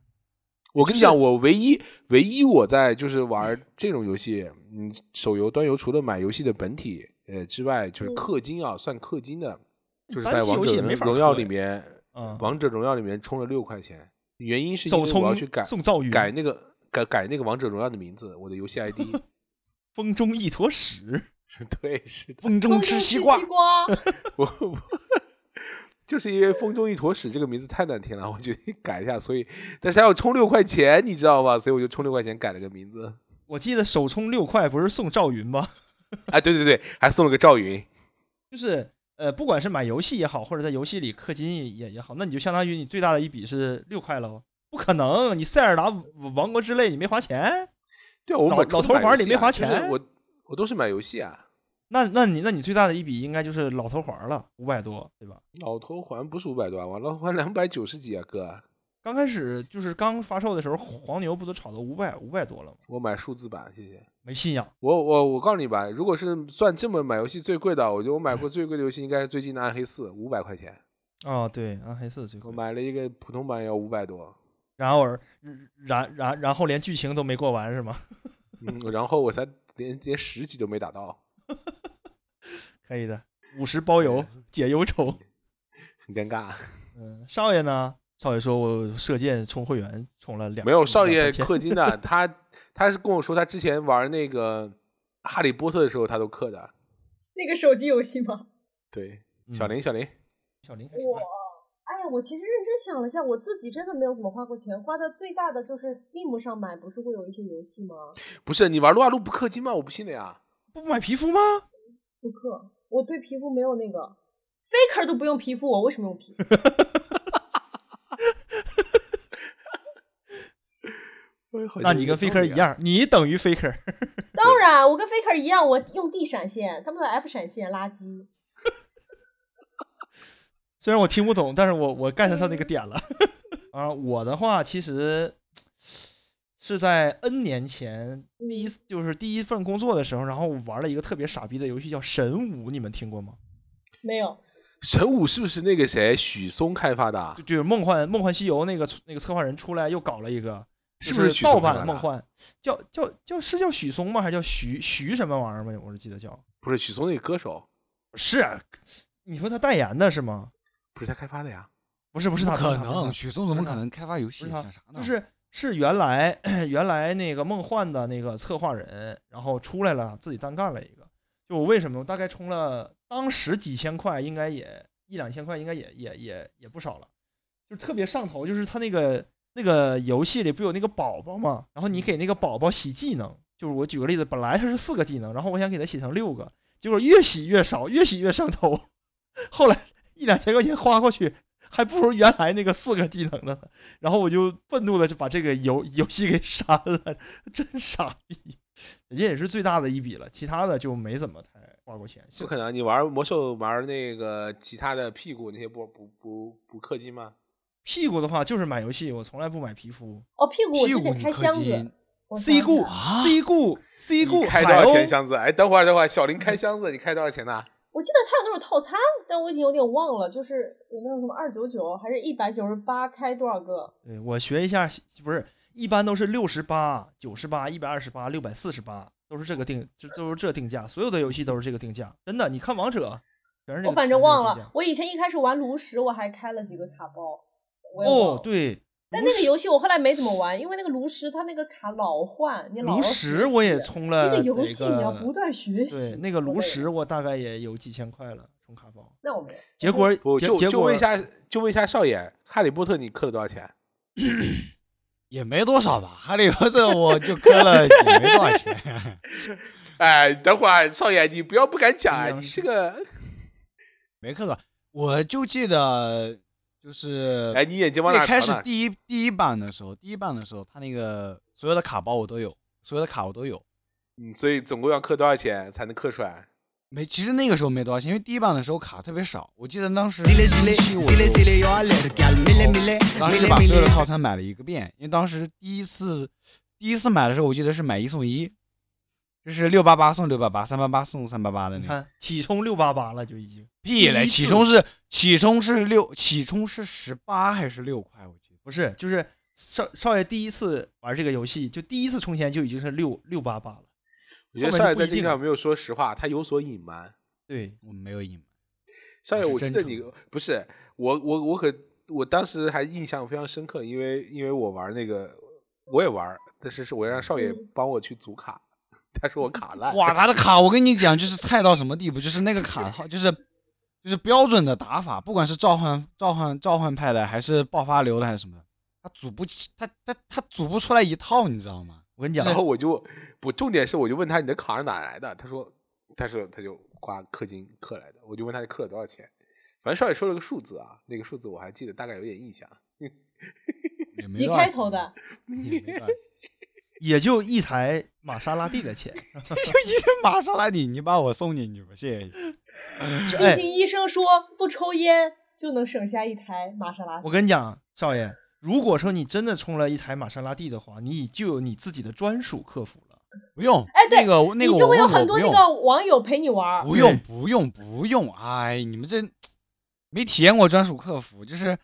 我跟你
就是
讲，我唯一唯一我在就是玩这种游戏，嗯，手游端游除了买游戏的本体呃之外，就是
嗯
氪金啊，算氪金的，就是
单
在
机
王
游
者
戏也没
荣
法
荣耀
氪
里
呀
面，
嗯，
王者荣耀里面充了六块钱，原因是因
首
为我要
充
去改
宋兆宇，
改那个改改那个王者荣耀的名字，我的游戏 ID，
风中一坨屎。
对，是的，
风中
风筝
吃西瓜
西，瓜，
我我就是因为“风中一坨屎”这个名字太难听了，我决定改一下，所以但是他要充六块钱，你知道吗？所以我就充六块钱改了个名字。
我记得首充六块，不是送赵云吗？
哎，对对对，还送了个赵云。
就是呃，不管是买游戏也好，或者在游戏里氪金也也好，那你就相当于你最大的一笔是六块喽。不可能，你塞尔达王王国之泪你没花钱，
对啊，我
老
买除
老
了
头
买游
环里
戏
没
啊
花
就是
钱
我我都是买游戏啊。
那那你那你最大的一笔应该就是老头环了，五百多，对吧？
老头环不是五百多啊，我老头环两百九十几啊，哥，
刚开始就是刚发售的时候，黄牛不都炒到五百五百多了吗？
我买数字版，谢谢。
没信仰。
我我我告诉你吧，如果是算这么买游戏最贵的，我觉得我买过最贵的游戏应该是最近的《暗黑四》，五百块钱，
哦，对，暗黑四最
我
贵。
买了一个普通版要五百多。
然而，然然然后连剧情都没过完是吗？
嗯，然后我才连连十级都没打到，
可以的，五十包邮解忧愁。
很尴尬。
嗯，少爷呢？少爷说我射箭充会员充了两
没 有少
两
爷
三千
氪金的，他他是跟我说他之前玩那个《哈利波特》的时候他都氪的。
那个手机游戏吗？
对，小
嗯
林小林，
小林开始
我
卖，
哎呀，我其实认真想了一下，我自己真的没有怎么花过钱，花的最大的就是 Steam 上买，不是会有一些游戏吗？
不是你玩撸啊撸不氪金吗？我不信的呀。
不买皮肤吗？
扑克，我对皮肤没有那个，Faker 都不用皮肤，我为什么用皮肤？
那你跟 Faker 一，样，你等于 Faker。
当然，我跟 Faker 一样，我用 D 闪现，他们的 F 闪现垃圾。
虽然我听不懂，但是我我 get 到那个点了。 啊，我的话其实是在 N 年前第一就是第一份工作的时候，然后玩了一个特别傻逼的游戏叫《神武》，你们听过吗？
没有，
神武是不是那个谁许嵩开发的啊
就？就是梦幻梦幻西游那个那个策划人出来又搞了一个，
是
就
不是许
盗
嵩开发
版
的
梦幻？叫叫叫是叫许嵩吗？还是叫徐徐什么玩意儿吗？我是记得叫
不是许嵩那个歌手，
是啊，你说他代言的是吗？
不是他开发的呀。
不是不
不
是他，不
可
是他不是
能，
他
许嵩怎么可能开发游戏？
不是他
想啥呢？
就是是原来 原来那个梦幻的那个策划人，然后出来了，自己单干了一个。就我为什么我大概充了当时几千块，应该也一两千块，应该也也也也不少了，就是特别上头。就是他那个那个游戏里不有那个宝宝嘛，然后你给那个宝宝洗技能，就是我举个例子，本来它是四个技能，然后我想给它洗成六个，结果越洗越少，越洗越上头。后来一两千块钱花过去，还不如原来那个四个技能呢。然后我就愤怒的就把这个游游戏给删了，真傻逼！人家也是最大的一笔了，其他的就没怎么太花过钱。
不可能，你玩魔兽玩那个其他的屁股那些不不不不氪金吗？
屁股的话就是买游戏，我从来不买皮肤。
哦，屁股我
屁
之
股
前
你
开箱
氪
子
金，
我想
C
起
固
来了
啊
，C 固，C
你
固，
开多少
海鸥
钱箱子？哎，等会儿等会儿，小林开箱子，你开多少钱呢？
我记得它有那种套餐，但我已经有点忘了，就是有那种什么二九九还是一百九十八开多少个？
对我学一下，不是一般都是六十八、九十八、一百二十八、六百四十八，都是这个定，这都是这定价，所有的游戏都是这个定价，真的。你看王者，全是这个。
我
全
反正
是这个
忘
定
了
价，
我以前一开始玩炉石，我还开了几个卡包。我也忘
哦
了，，
对，
但
炉
那个
石
游戏我后来没怎么玩，因为那个炉石它那个卡老换，你老
炉
要
石
学
我也
习啊
充
那
了
个
得
游戏你要
个
不断学习。
对，那个
好
炉
累
石，我大概也有几千块了，充卡包。
那我没有。
结果
不
结
就
结
就问
果
一下，就问一下少爷，《哈利波特》你氪了多少钱？
也没多少吧。哈利波特我就 氪了，也没多少钱。
哎，等会儿少爷，你不要不敢讲啊！
阴阳
你这
师
个，
没看到，我就记得就是
哎，你眼睛往哪
呃最
儿
开
朝
始
哪儿？
第一第一版的时候，第一版的时候，他那个所有的卡包我都有，所有的卡我都有。
嗯，所以总共要氪多少钱才能氪出来？
没，其实那个时候没多少钱，因为第一版的时候卡特别少。我记得当时
Dile, dile,
第一期我就
dile, dile yo al especial. Mile,
然后
mile,
当时
mile,
就把所有的
mile.
套餐买了一个遍，因为当时第一次第一次买的时候，我记得是买一送一，就是六八八送六八八，三八八送三八八的
你
那个。
看起充六八八了就已
哦
经，
屁
嗯第
嘞，
一
起
次
充是起充是六，起充是十八还是六块？我记得
不是就是少少爷第一次玩这个游戏，就第一次充钱就已经是六六八八了。
我觉得
后面就
少爷
不
在
一
这
定
上
了
没有说实话，他有所隐瞒。
对，
我没有隐瞒。
少爷，
我是
我记
真
得
诚
你
的
不是我，我我可我当时还印象非常深刻，因为因为我玩那个我也玩，但是是我让少爷
嗯
帮我去组卡， 他说我卡烂。
哇，他的卡，我跟你讲，就是菜到什么地步，就是那个卡号，就是就是标准的打法，不管是召唤召唤召唤派的，还是爆发流的，还是什么的，他组不起，他他他组不出来一套，你知道吗？
我跟你讲
然，后我就不，重点是我就问他你的卡是哪来的，他说他说他就花氪金氪来的，我就问他氪了多少钱，反正少爷说了个数字啊，那个数字我还记得大概有点印象。
也没
几
多少
开头
钱
的，
也没多少钱
也就一台玛莎拉蒂的 钱。
就一个玛莎拉蒂，你把我送进去吧，谢谢你。
是
毕
哎，
竟医生说不抽烟就能省下一台玛莎拉蒂
我。跟你讲，少爷，如果说你真的充了一台玛莎拉蒂的话，你就有你自己的专属客服了。
不用，
哎，对，
那个那个
你就
我
会有
问过
很多
不
那
用
个网友陪你玩儿。
不
嗯
用不用不用，哎，你们这没体验过专属客服，就是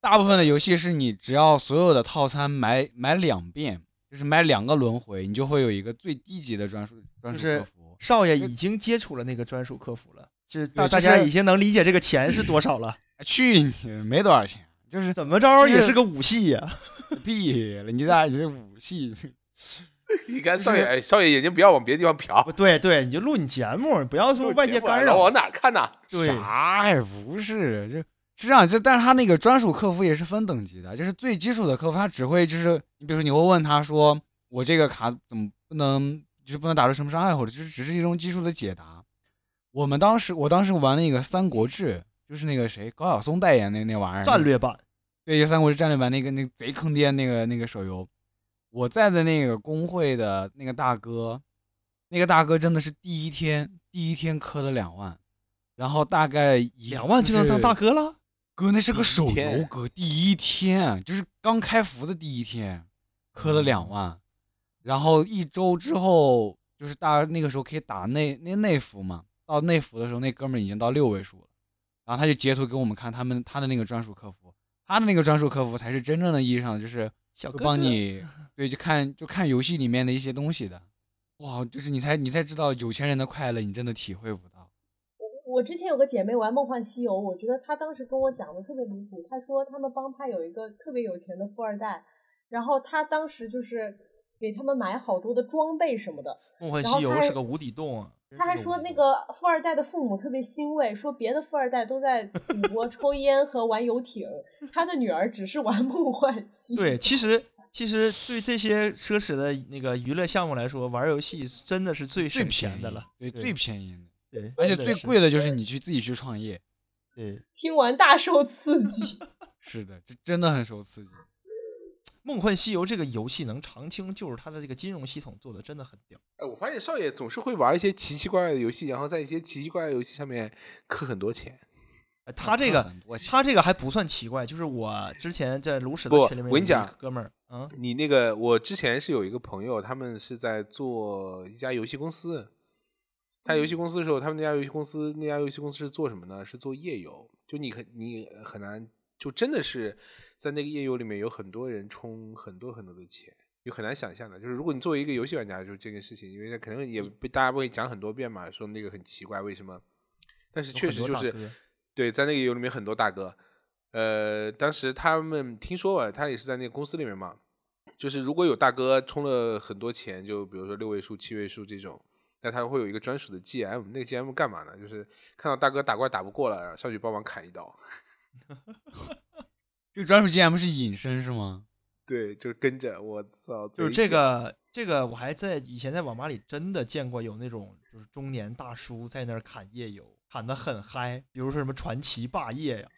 大部分的游戏是你只要所有的套餐买买两遍，就是买两个轮回，你就会有一个最低级的专属专
就
属
是
客服。
少爷已经接触了那个专属客服了，是大
呃对
大
就
家
是
已经能理解这个钱是多少 了。
哎去你的，没多少钱，就是
怎么着
就
也
是
是个武戏呀、
屁了，你咋你这武戏？
你看少爷，哎少爷眼睛不要往别的地方瞟
不，对对，你就录你节目，不要说外界干
老
扰。
往哪看呢？
对
啥也不是，就实际上这，但是他那个专属客服也是分等级的，就是最基础的客服，他只会就是你比如说你会问他说，我这个卡怎么不能就是不能打出什么伤害，或者就是只是一种基础的解答。我们当时我当时玩那个《三国志》，就是那个谁高晓松代言那那玩意儿，
战略版，
对，就《三国志战略版》那个那个贼坑爹那个那个手游，我在的那个工会的那个大哥，那个大哥真的是第一天第一天氪了两万，然后大概一
两万就能当大，哥了。
哥那是个
第一
手游
天
哥，第一天就是刚开服的第一天，氪了两万，然后一周之后就是大那个时候可以打内那内服嘛，到内服的时候那哥们儿已经到六位数了，然后他就截图给我们看他们他的那个专属客服，他的那个专属客服才是真正的意义上的就是
小
会
哥
帮
哥
你对就看就看游戏里面的一些东西的，哇，就是你才你才知道有钱人的快乐，你真的体会不到。
我之前有个姐妹玩《梦幻西游》，我觉得她当时跟我讲的特别离谱。她说他们帮派有一个特别有钱的富二代，然后她当时就是给他们买好多的装备什么的。
梦幻
然后
西
他
游
还
是个无底洞啊！真
她
是
还
无
说
底
那
洞
个富二代的父母特别欣慰，说别的富二代都在赌博、抽烟和玩游艇，她的女儿只是玩《梦幻西游》。
对，其实其实对这些奢侈的那个娱乐项目来说，玩游戏真的是最
最
省
便
钱
宜
的了，
对，
对
最便宜的，
对，
而且
真的
最
是
贵的就是你去自己去创业，
对。
听完大受刺激。
是的，这真的很受刺激。
梦幻西游这个游戏能长青，就是它的这个金融系统做的真的很屌。
哎，我发现少爷总是会玩一些奇奇怪怪的游戏，然后在一些奇奇怪怪的游戏上面氪很多钱。
哎它这
氪
个
很多钱
它这个还不算奇怪，就是我之前在炉石的
不
群里面，
我跟你讲，
哥们儿，嗯，
你那个，我之前是有一个朋友，他们是在做一家游戏公司。他游戏公司的时候，他们那家游戏公司，那家游戏公司是做什么呢？是做页游，就你很你很难，就真的是在那个页游里面有很多人充很多很多的钱，就很难想象的。就是如果你作为一个游戏玩家，就是这个事情，因为它可能
嗯
也被大家不会讲很多遍嘛，说那个很奇怪，为什么？但是
有
确
很
实
多
就
大
是
哥
对，在那个游里面很多大哥，呃，当时他们听说了，他也是在那个公司里面嘛，就是如果有大哥充了很多钱，就比如说六位数、七位数这种，那他会有一个专属的 GM，那个 GM 干嘛呢？就是看到大哥打怪打不过了，然后上去帮忙砍一刀，
这个专属 GM 是隐身是吗？
对，就是跟着，我操，
就是
贼
这
屌，
个这个，我还在以前在网吧里真的见过有那种就是中年大叔在那儿砍夜游，砍得很嗨，比如说什么传奇霸业呀、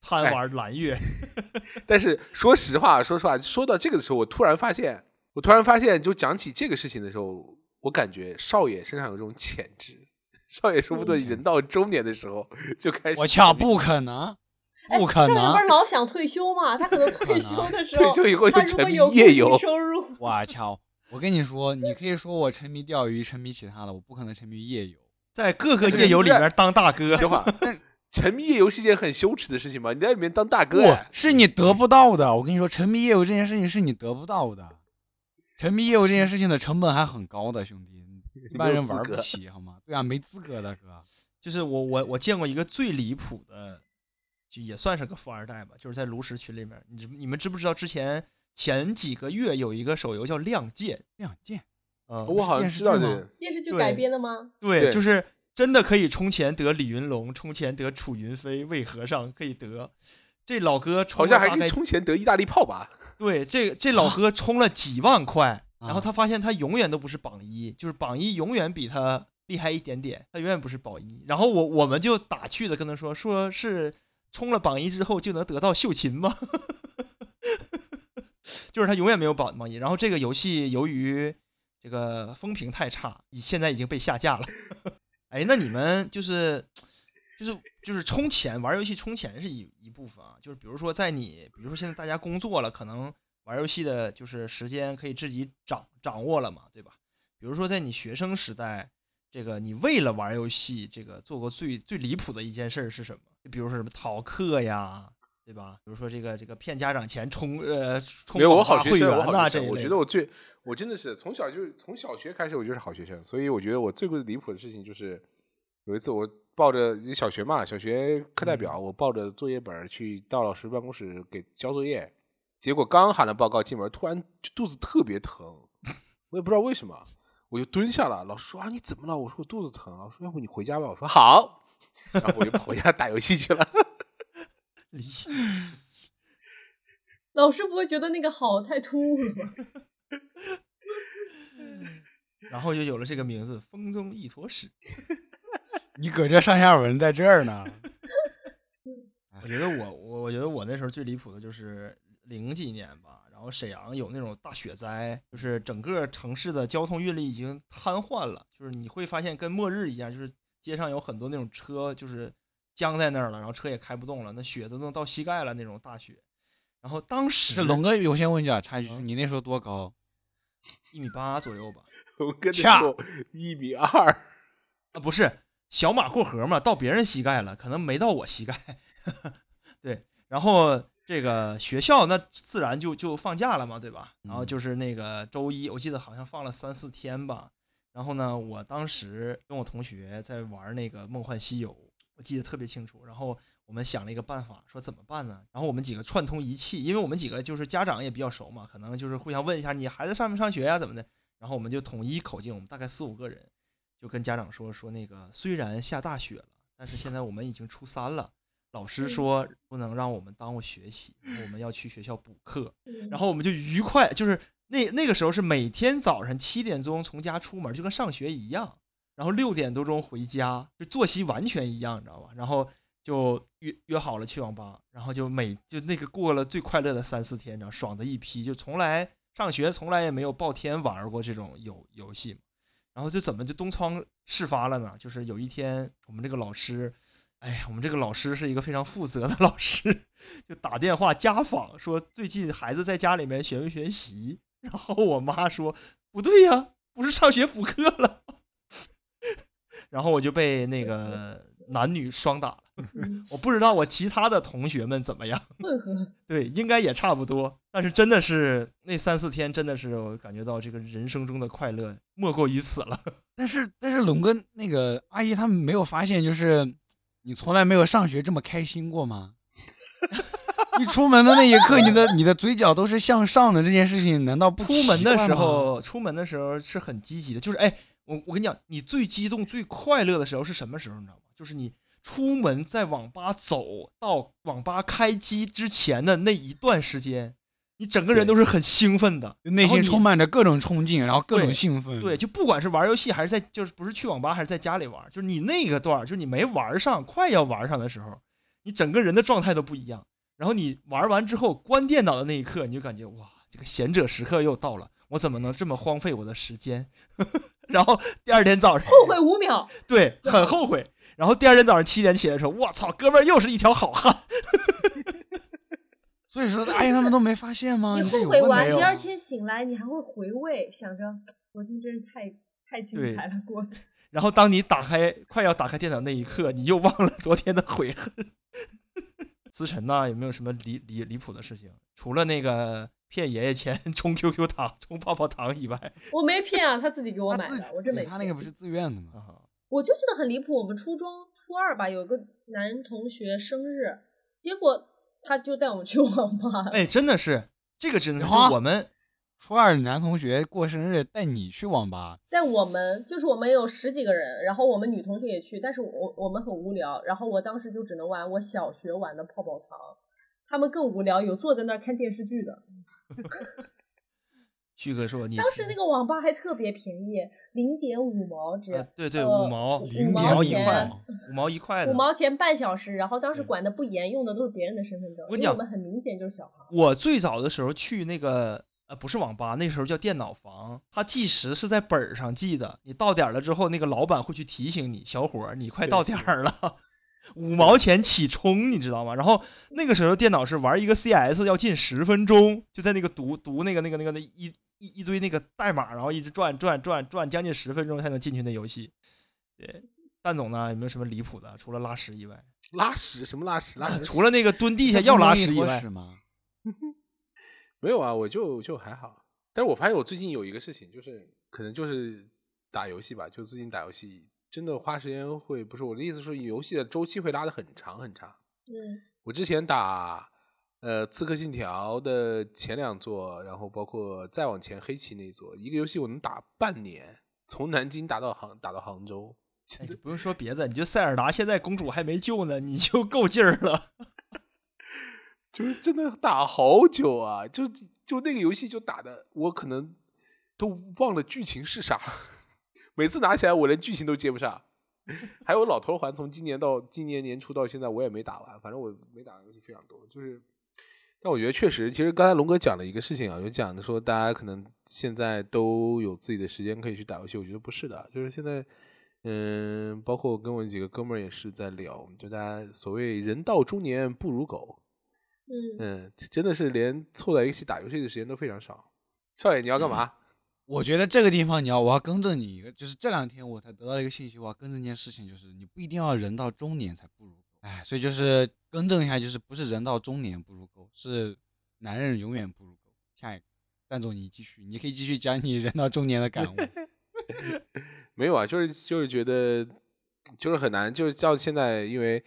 贪
哎
玩蓝月，
但是说实话，说实话，说到这个的时候，我突然发现，我突然发现，就讲起这个事情的时候，我感觉少爷身上有这种潜质。 少爷说不对，人到中年的时候就开始
我操，不可能，
哎
不可
少爷不
能
是！老想退休嘛？他可能退休的时候，
退休以后就
他如
沉
果
迷
有固
夜
定
游
收入，
我操，我跟你说，你可以说我沉迷钓鱼，沉迷其他的，我不可能沉迷夜游。
在各个
是哎
夜游里
不是
面当大哥。
等会儿，沉迷夜游是件很羞耻的事情吗？你在里面当大哥
不
呀？
是你得不到的。我跟你说，沉迷业务这件事情是你得不到的，沉迷业务这件事情的成本还很高的，兄弟，一般人
没有
玩不
资格
起，好吗？对啊，没资格的哥。
就是我我我见过一个最离谱的，就也算是个富二代吧，就是在炉石群里面，你知你们知不知道之前前几个月有一个手游叫《亮剑》？
亮剑，
嗯，
我好像
电视
知道
剧
这
吗
个，
电视剧
对
改编的吗？
对，
对
就是真的可以充钱得李云龙，充钱得楚云飞，魏和尚可以得。这老哥充
好
了
像还
大
可以
概
充钱得意大利炮吧？
对这这老哥充了几万块，然后
啊
他发现他永远都不是榜一，就是榜一永远比他厉害一点点，他永远不是榜一。然后我我们就打趣的跟他说，说是充了榜一之后就能得到秀琴吗？ 就是他永远没有榜榜一。然后这个游戏由于这个风评太差，已现在已经被下架了。 哎，那你们就是就是就是充钱玩游戏充钱是一一部分啊，就是比如说在你比如说现在大家工作了，可能玩游戏的就是时间可以自己掌掌握了嘛，对吧？比如说在你学生时代，这个你为了玩游戏，这个做过最最离谱的一件事儿是什么？就比如说什么逃课呀，对吧？比如说这个这个骗家长钱充呃充
没有，我
网
好
吧
学
会
生，我
员呐、
好学
这
生。
一
我
类
觉
的
得我最，我真的是从小就是从小学开始我就是好学生，所以我觉得我最过离谱的事情就是有一次我抱着小学嘛，小学课代
嗯
表，我抱着作业本儿去到老师办公室给交作业，结果刚喊了报告进门，突然肚子特别疼，我也不知道为什么，我就蹲下了。老师说啊你怎么了？我说我肚子疼。老师说要不你回家吧。我说好，然后我就跑回家打游戏去了。
离
老师不会觉得那个好太突兀了吗？
然后就有了这个名字“风中一坨屎
你搁这上下文在这 儿呢？”。
我觉得我我我觉得我那时候最离谱的就是零几年吧，然后沈阳有那种大雪灾，就是整个城市的交通运力已经瘫痪了，就是你会发现跟末日一样，就是街上有很多那种车就是僵在那儿了，然后车也开不动了，那雪都能到膝盖了那种大雪。然后当时
是龙哥，我先问一下，插一
嗯
句，你那时候多高？
一米八左右吧，
我跟着
恰
我一米二。
啊，不是小马过河嘛，到别人膝盖了，可能没到我膝盖。 对，然后这个学校那自然就就放假了嘛，对吧？然后
嗯
就是那个周一，我记得好像放了三四天吧。然后呢，我当时跟我同学在玩那个《梦幻西游》，我记得特别清楚。然后我们想了一个办法，说怎么办呢？然后我们几个串通一气，因为我们几个就是家长也比较熟嘛，可能就是互相问一下你孩子上没上学呀、啊怎么的。然后我们就统一口径，我们大概四五个人，就跟家长说说那个虽然下大雪了，但是现在我们已经初三了，老师
嗯
说不能让我们耽误学习，我们要去学校补课。
嗯
然后我们就愉快，就是那那个时候是每天早上七点钟从家出门，就跟上学一样，然后六点多钟回家，就作息完全一样，你知道吧？然后就约约好了去网吧，然后就每就那个过了最快乐的三四天，你知道，爽的一批，就从来上学从来也没有报天玩过这种游游戏嘛。然后就怎么就东窗事发了呢？就是有一天我们这个老师，哎呀，我们这个老师是一个非常负责的老师，就打电话家访说最近孩子在家里面学没学习？ 然后我妈说不对呀、不是上学补 课了。然后我就被那个男女双打了，
嗯
我不知道我其他的同学们怎么样，
混合，
对，应该也差不多。但是真的是那三四天，真的是我感觉到这个人生中的快乐莫过于此了。
但是但是龙哥那个阿姨他们没有发现，就是你从来没有上学这么开心过吗？ 你出门的那一刻，你的你的嘴角都是向上的，这件事情难道不
出
奇
门的
怪
时
吗
候，出门的时候是很积极的，就是哎，我我跟你讲，你最激动、最快乐的时候是什么时候？你知道吗？就是你出门在网吧走到网吧开机之前的那一段时间，你整个人
对
都是很兴奋的，
就内
然后
心
你
充满着各种冲劲，然后各种
对
兴奋。
对，，就不管是玩游戏还是在，就是不是去网吧还是在家里玩，就是你那个段儿，就是你没玩上，快要玩上的时候，你整个人的状态都不一样。然后你玩完之后关电脑的那一刻，你就感觉哇，这个贤者时刻又到了，我怎么能这么荒废我的时间？ 然后第二天早上，
后悔五秒，
对，很后悔。然后第二天早上七点起来的时候，我操，哥们儿又是一条好汉。
所以说阿姨他们都没发现吗？
你
这
后
嗯
悔
有啊问
完
题
第
吗
二天醒来，你还会回味，想着昨天真是太太精
对
彩了，过得
然后当你打开快要打开电脑那一刻，你又忘了昨天的悔恨。 思辰呐，有没有什么离离离谱的事情？除了那个骗爷爷钱充 QQ 糖、充泡泡糖以外，
我没骗啊，他自己给我
他
买
自
的，我真没
对他那个
骗
不是自愿的吗？
啊，
我就觉得很离谱。我们初中初二吧，有个男同学生日，结果他就带我们去网吧。
哎，真的是这个真的是
有啊
我们
初二男同学过生日带你去网吧，
在我们就是我们有十几个人，然后我们女同学也去，但是我我们很无聊，然后我当时就只能玩我小学玩的泡泡糖，他们更无聊，有坐在那儿看电视剧的。
旭哥说你
当时那个网吧还特别便宜，零点五毛只，
啊对对
呃
五毛
五
0.5
毛
毛一
钱
块
钱，
五毛一块的
五。毛钱半小时，然后当时
对
管的不严，用的都是别人的身份证，
我跟你
因为
讲
我们很明显就是小孩。
我最早的时候去那个呃不是网吧，那时候叫电脑房，它计时是在本儿上记的。你到点儿了之后，那个老板会去提醒你，小伙儿你快
对
到
是
点
的
儿了。 五毛钱起充，你知道吗？然后那个时候电脑是玩一个 CS 要近十分钟，就在那个读读那个那个那个那一一一堆那个代码，然后一直转转转转，将近十分钟才能进去那游戏。对，蛋总呢有没有什么离谱的？除了拉屎以外，
拉屎什么拉屎？拉屎
除了那个蹲地下
这
要
不
拉
容易
屎以
拖
外，
吗？
没有啊，我就就还好。但是我发现我最近有一个事情，就是可能就是打游戏吧，就最近打游戏真的花时间会，不是我的意思是游戏的周期会拉得很长很长。
嗯，
我之前打呃《刺客信条》的前两座，然后包括再往前黑旗那一座，一个游戏我能打半年，从南京打到杭打到杭州。
哎，你不用说别的，你就塞尔达现在公主还没救呢，你就够劲儿了。
就是真的打好久啊，就就那个游戏就打的我可能都忘了剧情是啥了， 每次拿起来我连剧情都接不上。 还有老头环，从今年到今年年初到现在我也没打完，反正我没打完游戏非常多，就是。但我觉得确实，其实刚才龙哥讲了一个事情啊，就讲的说大家可能现在都有自己的时间可以去打游戏，我觉得不是的，就是现在，嗯，包括我跟我几个哥们儿也是在聊，就大家所谓人到中年不如狗，
嗯，
嗯，真的是连凑在一起打游戏的时间都非常少。少爷，你要干嘛？
我觉得这个地方你要，我要更正你一个，就是这两天我才得到一个信息，我要更正一件事情，就是你不一定要人到中年才不如狗，哎，所以就是更正一下，就是不是人到中年不如狗，是男人永远不如狗。下一个，蛋总你继续，你可以继续讲你人到中年 的感悟。
嗯
没有啊，就是就是觉得就是很难，就是到现在，因为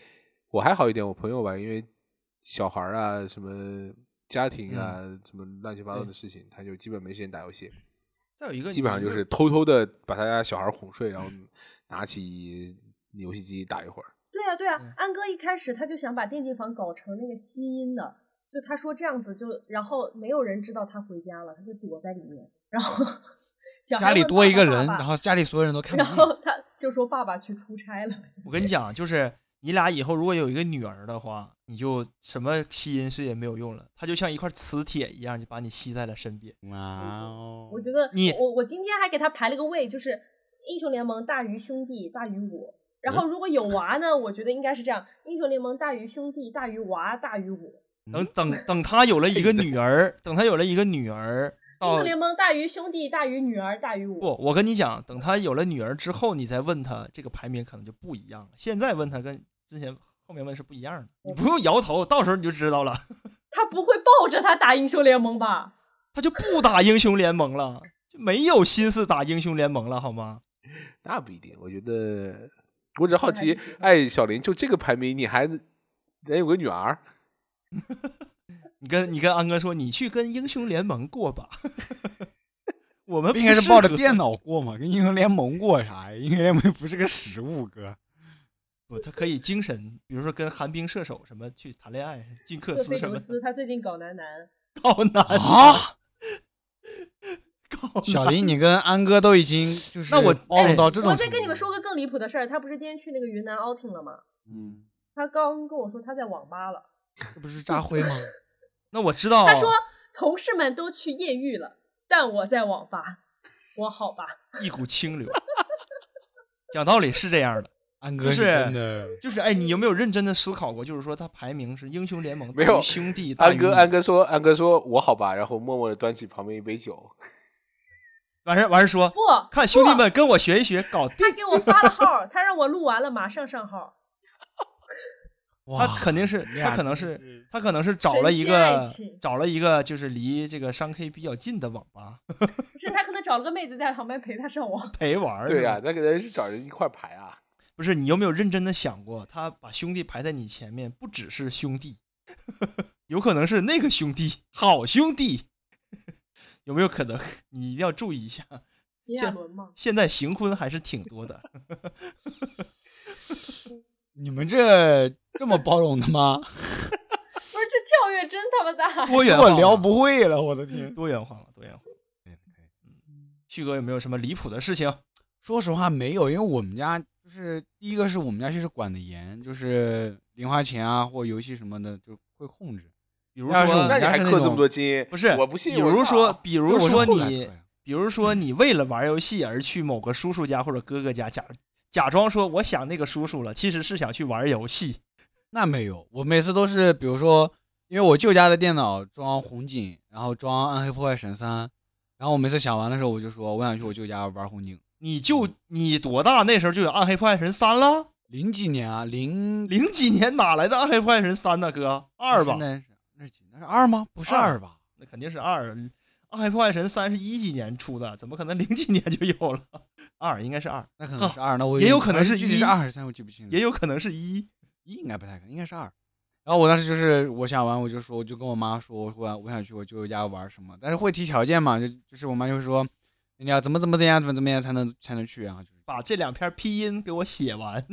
我还好一点，我朋友吧，因为小孩儿啊，什么家庭啊，什么乱七八糟的
嗯对
事情，他就基本没时间打游戏，
再有一个，
基本上就是偷偷的把他家小孩哄睡，然后拿起游戏机打一会儿。
对啊对
嗯
啊，安哥一开始他就想把电竞房搞成那个吸音的，就他说这样子就，然后没有人知道他回家了，他就躲在里面，然 后小孩
家里
问
多
爸
一个
爸
人，
爸爸
然后家里所有人都看不
然
见。
后他就说爸爸去出差了，
我跟你讲，就是你俩以后如果有一个女儿的话，你就什么吸引是也没有用了，她就像一块磁铁一样，就把你吸在了身边。
哇哦！
我觉得
你
我我今天还给他排了个位，就是英雄联盟大于兄弟大于我。
嗯
然后如果有娃呢，我觉得应该是这样：英雄联盟大于兄弟大于娃大于我，
嗯
等等等，她有了一个女儿，等她有了一个女儿，
英
到
雄联盟大于兄弟大于女儿大于我。
不，我跟你讲，等她有了女儿之后，你再问她，这个排名可能就不一样了。现在问她跟之前后面问是不一样的，你不用摇头，到时候你就知道了。
他不会抱着他打英雄联盟吧？
他就不打英雄联盟了，就没有心思打英雄联盟了，好吗？
那不一定，我觉得我只是好
那还
奇
行，
哎，小林，就这个排名，你还能有个女儿？
你跟你跟安哥说，你去跟英雄联盟过吧。 我们
不应该是抱着电
脑，
脑过嘛，跟英雄联盟过啥呀？英雄联盟不是个食物 哥，
不，他可以精神，比如说跟寒冰射手什么去谈恋爱，金克
克
斯
菲
什
尤
么
斯他最近搞男男，
搞男
啊，
搞
小林，你跟安哥都已经就是
那我
包容哦到这种。
我再跟你们说，个更离谱的事儿，他不是今天去那个云南 outing 了吗？
嗯，
他刚跟我说他在网吧了，
这不是扎辉吗？
那我知道，
他说同事们都去艳遇了，但我在网吧，我好吧。
一股清流。讲道理是这样的，
安
不
哥
是
真的，
就是哎，你有没有认真的思考过？就是说他排名是英雄联盟
没有
大于兄弟大于
安
你，
哥，安哥说，安哥说我好吧，然后默默的端起旁边一杯酒。
完事儿完事儿说
不，
看兄弟们跟我学一学，搞定。
他给我发了号，他让我录完了马上上号。
哇，
他肯定是
你俩
他可能
真
是他可能是找了一
神仙爱
个
情
找了一个就是离这个商 K 比较近的网吧
不是，他可能找了个妹子在旁边陪他上网。
陪玩儿。
对
是吧
呀、那个人是找人一块排啊。
不是你有没有认真的想过，他把兄弟排在你前面，不只是兄弟， 有可能是那个兄弟，好兄弟， 有没有可能？你一定要注意一下，
炎亚纶嘛，
现在行婚还是挺多 的。
你们这这么包容的 吗？
不是这跳跃真他妈大。
多元
我
化
聊
嘛
不会了，我的 天！
多元化了，多元化。旭哥有没有什么离谱的事情？
说实话没有，因为我们家就是第一个是我们家确实管的严，就是零花钱啊或游戏什么的就会控制。
比如
要是
说
那
我们
你
家
还
是那
氪这么
种
多金？
不是，
我不信。
比
我
如
靠
说，，比如
这我是
说
后来啊
你
氪呀，
比如说你为了玩游戏而去某个叔叔家或者哥哥家，假假装说我想那个叔叔了，其实是想去玩游戏。
那没有，我每次都是比如说，因为我舅家的电脑装红警，然后装暗黑破坏神三，然后我每次想玩的时候，我就说我想去我舅家玩红警。
你
嗯
就你多大那时候就有《暗黑破坏神三》了？
零几年啊，零
零几年哪来的《暗黑破坏神三》呢？哥，二吧，
那是那是几那是二吗？不是
二
二吧？
那肯定是二。《暗黑破坏神三》是一几年出的，怎么可能零几年就有了？二应该是二，
那可能是二，那我
啊也有可能
反
是
正具体
一
是二还是三，我记不清了。
也有可能是一。
一应该不太可能，应该是二。然后我当时就是我想玩，我就说我就跟我妈说，我说我想去我舅舅家玩什么，但是会提条件嘛，就就是我妈就会说你要怎么怎么怎样怎么怎么样才能才能去，然后就是
把这两篇拼音给我写完。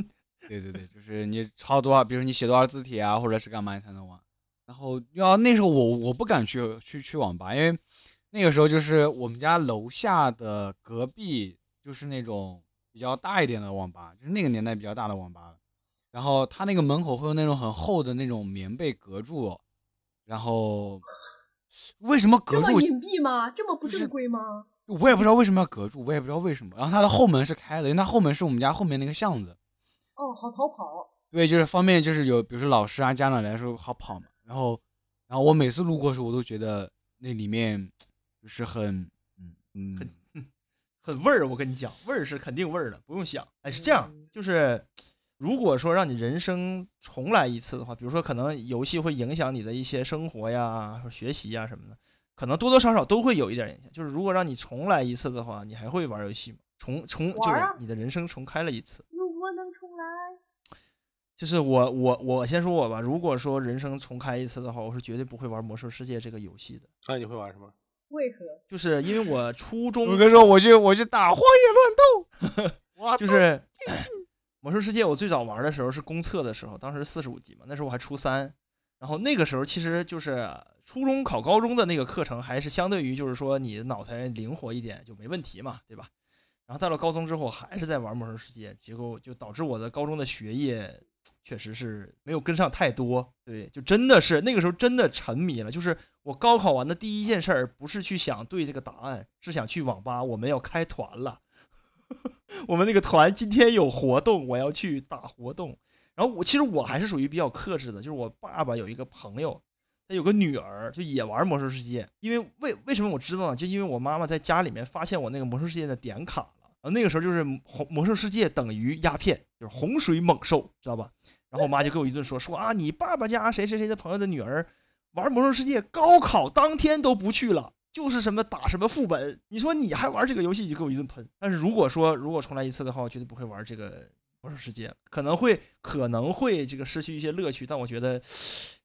对对对，就是你抄多少，比如你写多少字帖啊，或者是干嘛你才能玩。然后要那时候我我不敢去去去网吧，因为那个时候就是我们家楼下的隔壁就是那种比较大一点的网吧，就是那个年代比较大的网吧了。然后他那个门口会有那种很厚的那种棉被隔住，然后为什么
这
隔
么
住？
隐蔽吗？这么不
就是
正规吗？
我也不知道为什么要隔住，我也不知道为什么。然后他的后门是开的，因为他后门是我们家后面那个巷子。
哦，好逃跑。
对，就是方便，就是有比如说老师啊、家长来的时候好跑嘛。然后，然后我每次路过的时候，我都觉得那里面就是很，嗯嗯，
很味儿，我跟你讲，味儿是肯定味儿的，不用想。哎，是这样，
嗯
就是如果说让你人生重来一次的话，比如说可能游戏会影响你的一些生活呀、学习呀什么的，可能多多少少都会有一点影响。就是如果让你重来一次的话，你还会玩游戏吗？重重就
玩
是
啊
你的人生重开了一次。
如果能重来，
就是我我我先说我吧，如果说人生重开一次的话，我是绝对不会玩《魔兽世界》这个游戏的，
那你会玩什么？
为何？
就是因为我初中
我跟说我去我去打荒野 乱斗，哇，
就是魔兽世界，我最早玩的时候是公测的时候，当时四十五级嘛，那时候我还初三。然后那个时候其实就是初中考高中的那个课程，还是相对于就是说你脑袋灵活一点就没问题嘛，对吧？然后到了高中之后，还是在玩魔兽世界，结果就导致我的高中的学业确实是没有跟上太多。对，就真的是那个时候真的沉迷了，就是我高考完的第一件事儿，不是去想对这个答案，是想去网吧，我们要开团了。我们那个团今天有活动，我要去打活动。然后我其实我还是属于比较克制的，就是我爸爸有一个朋友，他有个女儿，就也玩魔兽世界。因为为为什么我知道呢？就因为我妈妈在家里面发现我那个魔兽世界的点呃卡了。然后那个时候就是红魔兽世界等于鸦片，就是洪水猛兽，知道吧？然后我妈就给我一顿说，说啊，你爸爸家谁谁谁的朋友的女儿玩魔兽世界，高考当天都不去了，就是什么打什么副本。你说你还玩这个游戏，你就给我一顿喷。但是如果说如果重来一次的话，我绝对不会玩这个魔兽世界了，可能会可能会这个失去一些乐趣。但我觉得，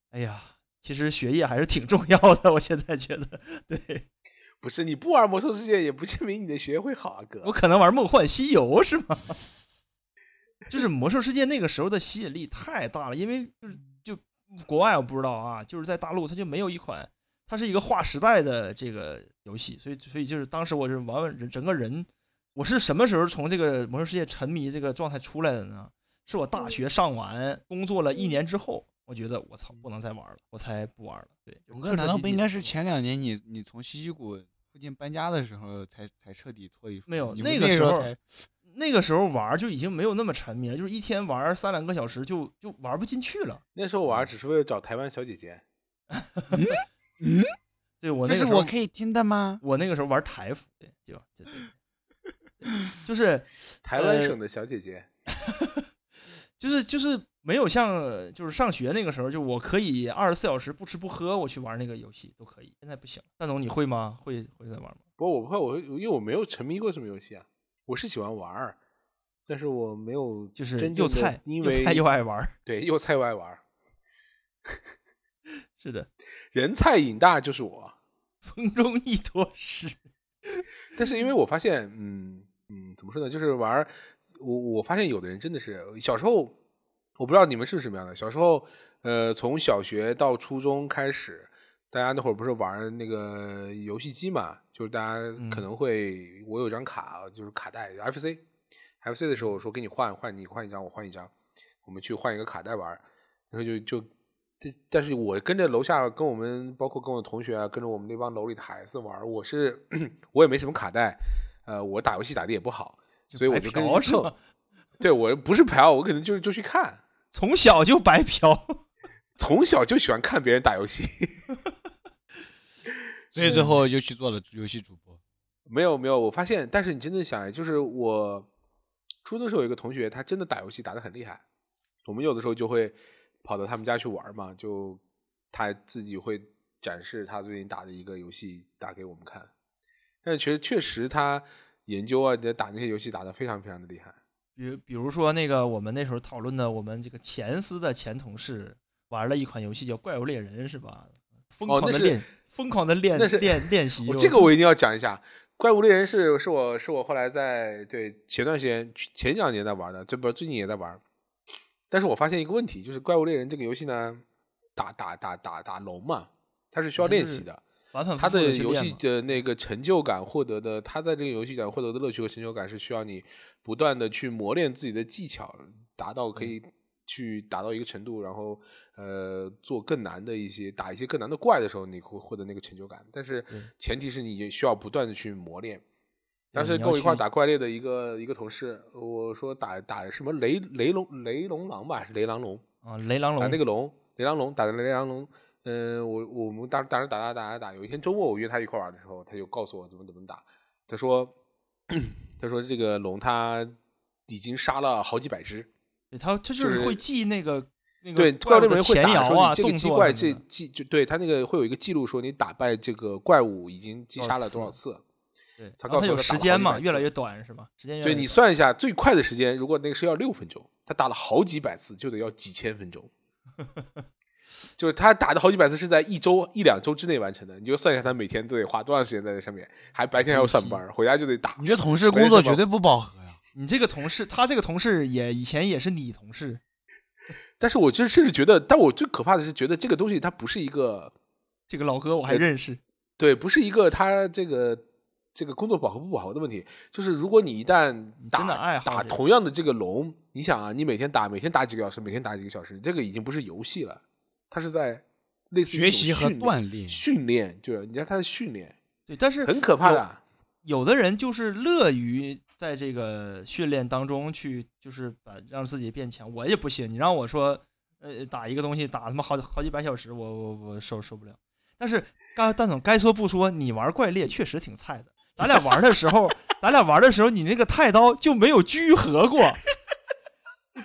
哎呀，其实学业还是挺重要的。我现在觉得， 对
不是你不玩魔兽世界，也不证明你的学业会好啊，哥。
我可能玩梦幻西游是吗？ 就是魔兽世界那个时候的吸引力太大了，因为就是
嗯
就国外我不知道啊，就是在大陆它就没有一款，它是一个划时代的这个游戏，所以所以就是当时我是完完整个人，我是什么时候从这个魔兽世界沉迷这个状态出来的呢？是我大学上完工作了一年之后，我觉得我操不能再玩了，我才不玩了。对，就
龙嗯哥
彻彻
难道
底
不
底
应
地
该是
不玩
前两年你你从西溪谷附近搬家的时候才才彻底脱离出来？
没有
你不
那
是
个
那
时
候
候
才
那个时候玩儿就已经没有那么沉迷了，就是一天玩儿三两个小时就就玩不进去了。
那时候玩只是为了找台湾小姐
呃
姐，
对我
这
那个时
是
候
我可以听的吗？
我那个时候玩台服，对，就就对对就是
台湾省的小姐姐。
就是就是没有像就是上学那个时候，就我可以二十四小时不吃不喝，我去玩那个游戏都可以。现在不行，蛋总你会吗？会会再玩吗？
不过我不会，我因为我没有沉迷过什么游戏啊，我是喜欢玩儿，但是我没有
就是
真
又
正地
菜
因
又
为
菜又爱玩儿，
对又菜又爱玩儿，
是的，
人菜瘾大就是我。
风中一坨屎。
但是因为我发现，嗯嗯，怎么说呢，就是玩儿，我我发现有的人真的是小时候，我不知道你们是不是什么样的。小时候，呃，从小学到初中开始，大家那会儿不是玩儿那个游戏机嘛，就是大家可能会，我有张卡，就是卡带 FC。FC 的时候，我说给你换换，你换一张，我换一张，我们去换一个卡带玩儿。然后就就，这但是我跟着楼下跟我们，包括跟我同学啊，跟着我们那帮楼里的孩子玩儿，我是 我也没什么卡带，呃，我打游戏打的也不好，所以我
白
就跟
嫖
着
是
蹭
吗。
对我不是嫖，我可能就是就去看，
从小就白嫖，
从小就喜欢看别人打游戏。
所以最后又去做了游戏主播。
没有没有，我发现，但是你真的想，就是我初中时候有一个同学，他真的打游戏打得很厉害，我们有的时候就会跑到他们家去玩嘛，就他自己会展示他最近打的一个游戏打给我们看，但是确确实他研究啊，打那些游戏打得非常非常的厉害。
比比如说那个我们那时候讨论的，我们这个前司的前同事玩了一款游戏叫《怪物猎人》，是吧？疯
哦
狂
那
的
是
练，疯狂的练
那是
练练习
我
哦。
这个我一定要讲一下，《怪物猎人是》是我是我后来在对前段时间前两年在玩的，这不最近也在玩。但是我发现一个问题，就是《怪物猎人》这个游戏呢，打打打打打龙嘛，它是需要
它就
练
是
习的。
反反复
它
复
的
地去
游
练
戏
嘛
的那个成就感获得的，它在这个游戏里获得的乐趣和成就感是需要你不断的去磨练自己的技巧，达到
嗯
可以去达到一个程度，然后呃做更难的一些打一些更难的怪的时候，你会获得那个成就感。但是
对
前提是你也需要不断的去磨练。当
对
时
你
跟
要
我一块儿
去
打怪猎的一个一个同事，我说打打什么雷雷龙雷龙狼吧，还是雷狼龙？
啊，雷狼
打
龙
那个龙，雷狼龙打的雷狼龙。嗯、我我们打打着打打打打打，有一天周末我约他一块玩的时候，他就告诉我怎么怎么打。他说， 他说这个龙他已经杀了好几百只。
对他他
就
就是会记那个那个
对，怪物猎
物的
人会
前
打
摇
说
啊，
你这个
动
击
作
怪
啊什
这
么的
记就对他那个会有一个记录说你打败这个怪物已经击
多
杀
少
了多
次
少次。
对，然
他
后
告
他
诉我他打
有时
了
间
好几
嘛，
百
越来
次
越短是吧？时间越来
对
越
你
短
算一下，最快的时间，如果那个是要六分钟，他打了好几百次，就得要几千分钟。就是他打的好几百次是在一周一两周之内完成的，你就算一下他每天都得花多长时间在这上面，还白天还要上班，回家就得打
你。这同事工作
没事吧
绝对不饱和呀！
你这个同事，他这个同事也以前也是你同事，
但是我就甚至觉得，但我最可怕的是觉得这个东西它不是一个
这个老哥我还
呃
认识。
对，不是一个他这个这个工作饱和不饱和的问题，就是如果你一旦打
真的爱好
打
这个
同样的这个龙，你想啊，你每天打，每天打几个小时，每天打几个小时，这个已经不是游戏了，它是在类似于一种
学习和
训
锻 炼
训练，就是人家他在训练，
对，但是
很可怕
有
的啊。
有的人就是乐于在这个训练当中去，就是把让自己变强。我也不信，你让我说，呃，打一个东西打他妈好好几百小时，我我我受受不了。但是刚蛋总该说不说，你玩怪猎确实挺菜的。咱俩玩的时候，咱俩玩的时候，你那个太刀就没有聚合过。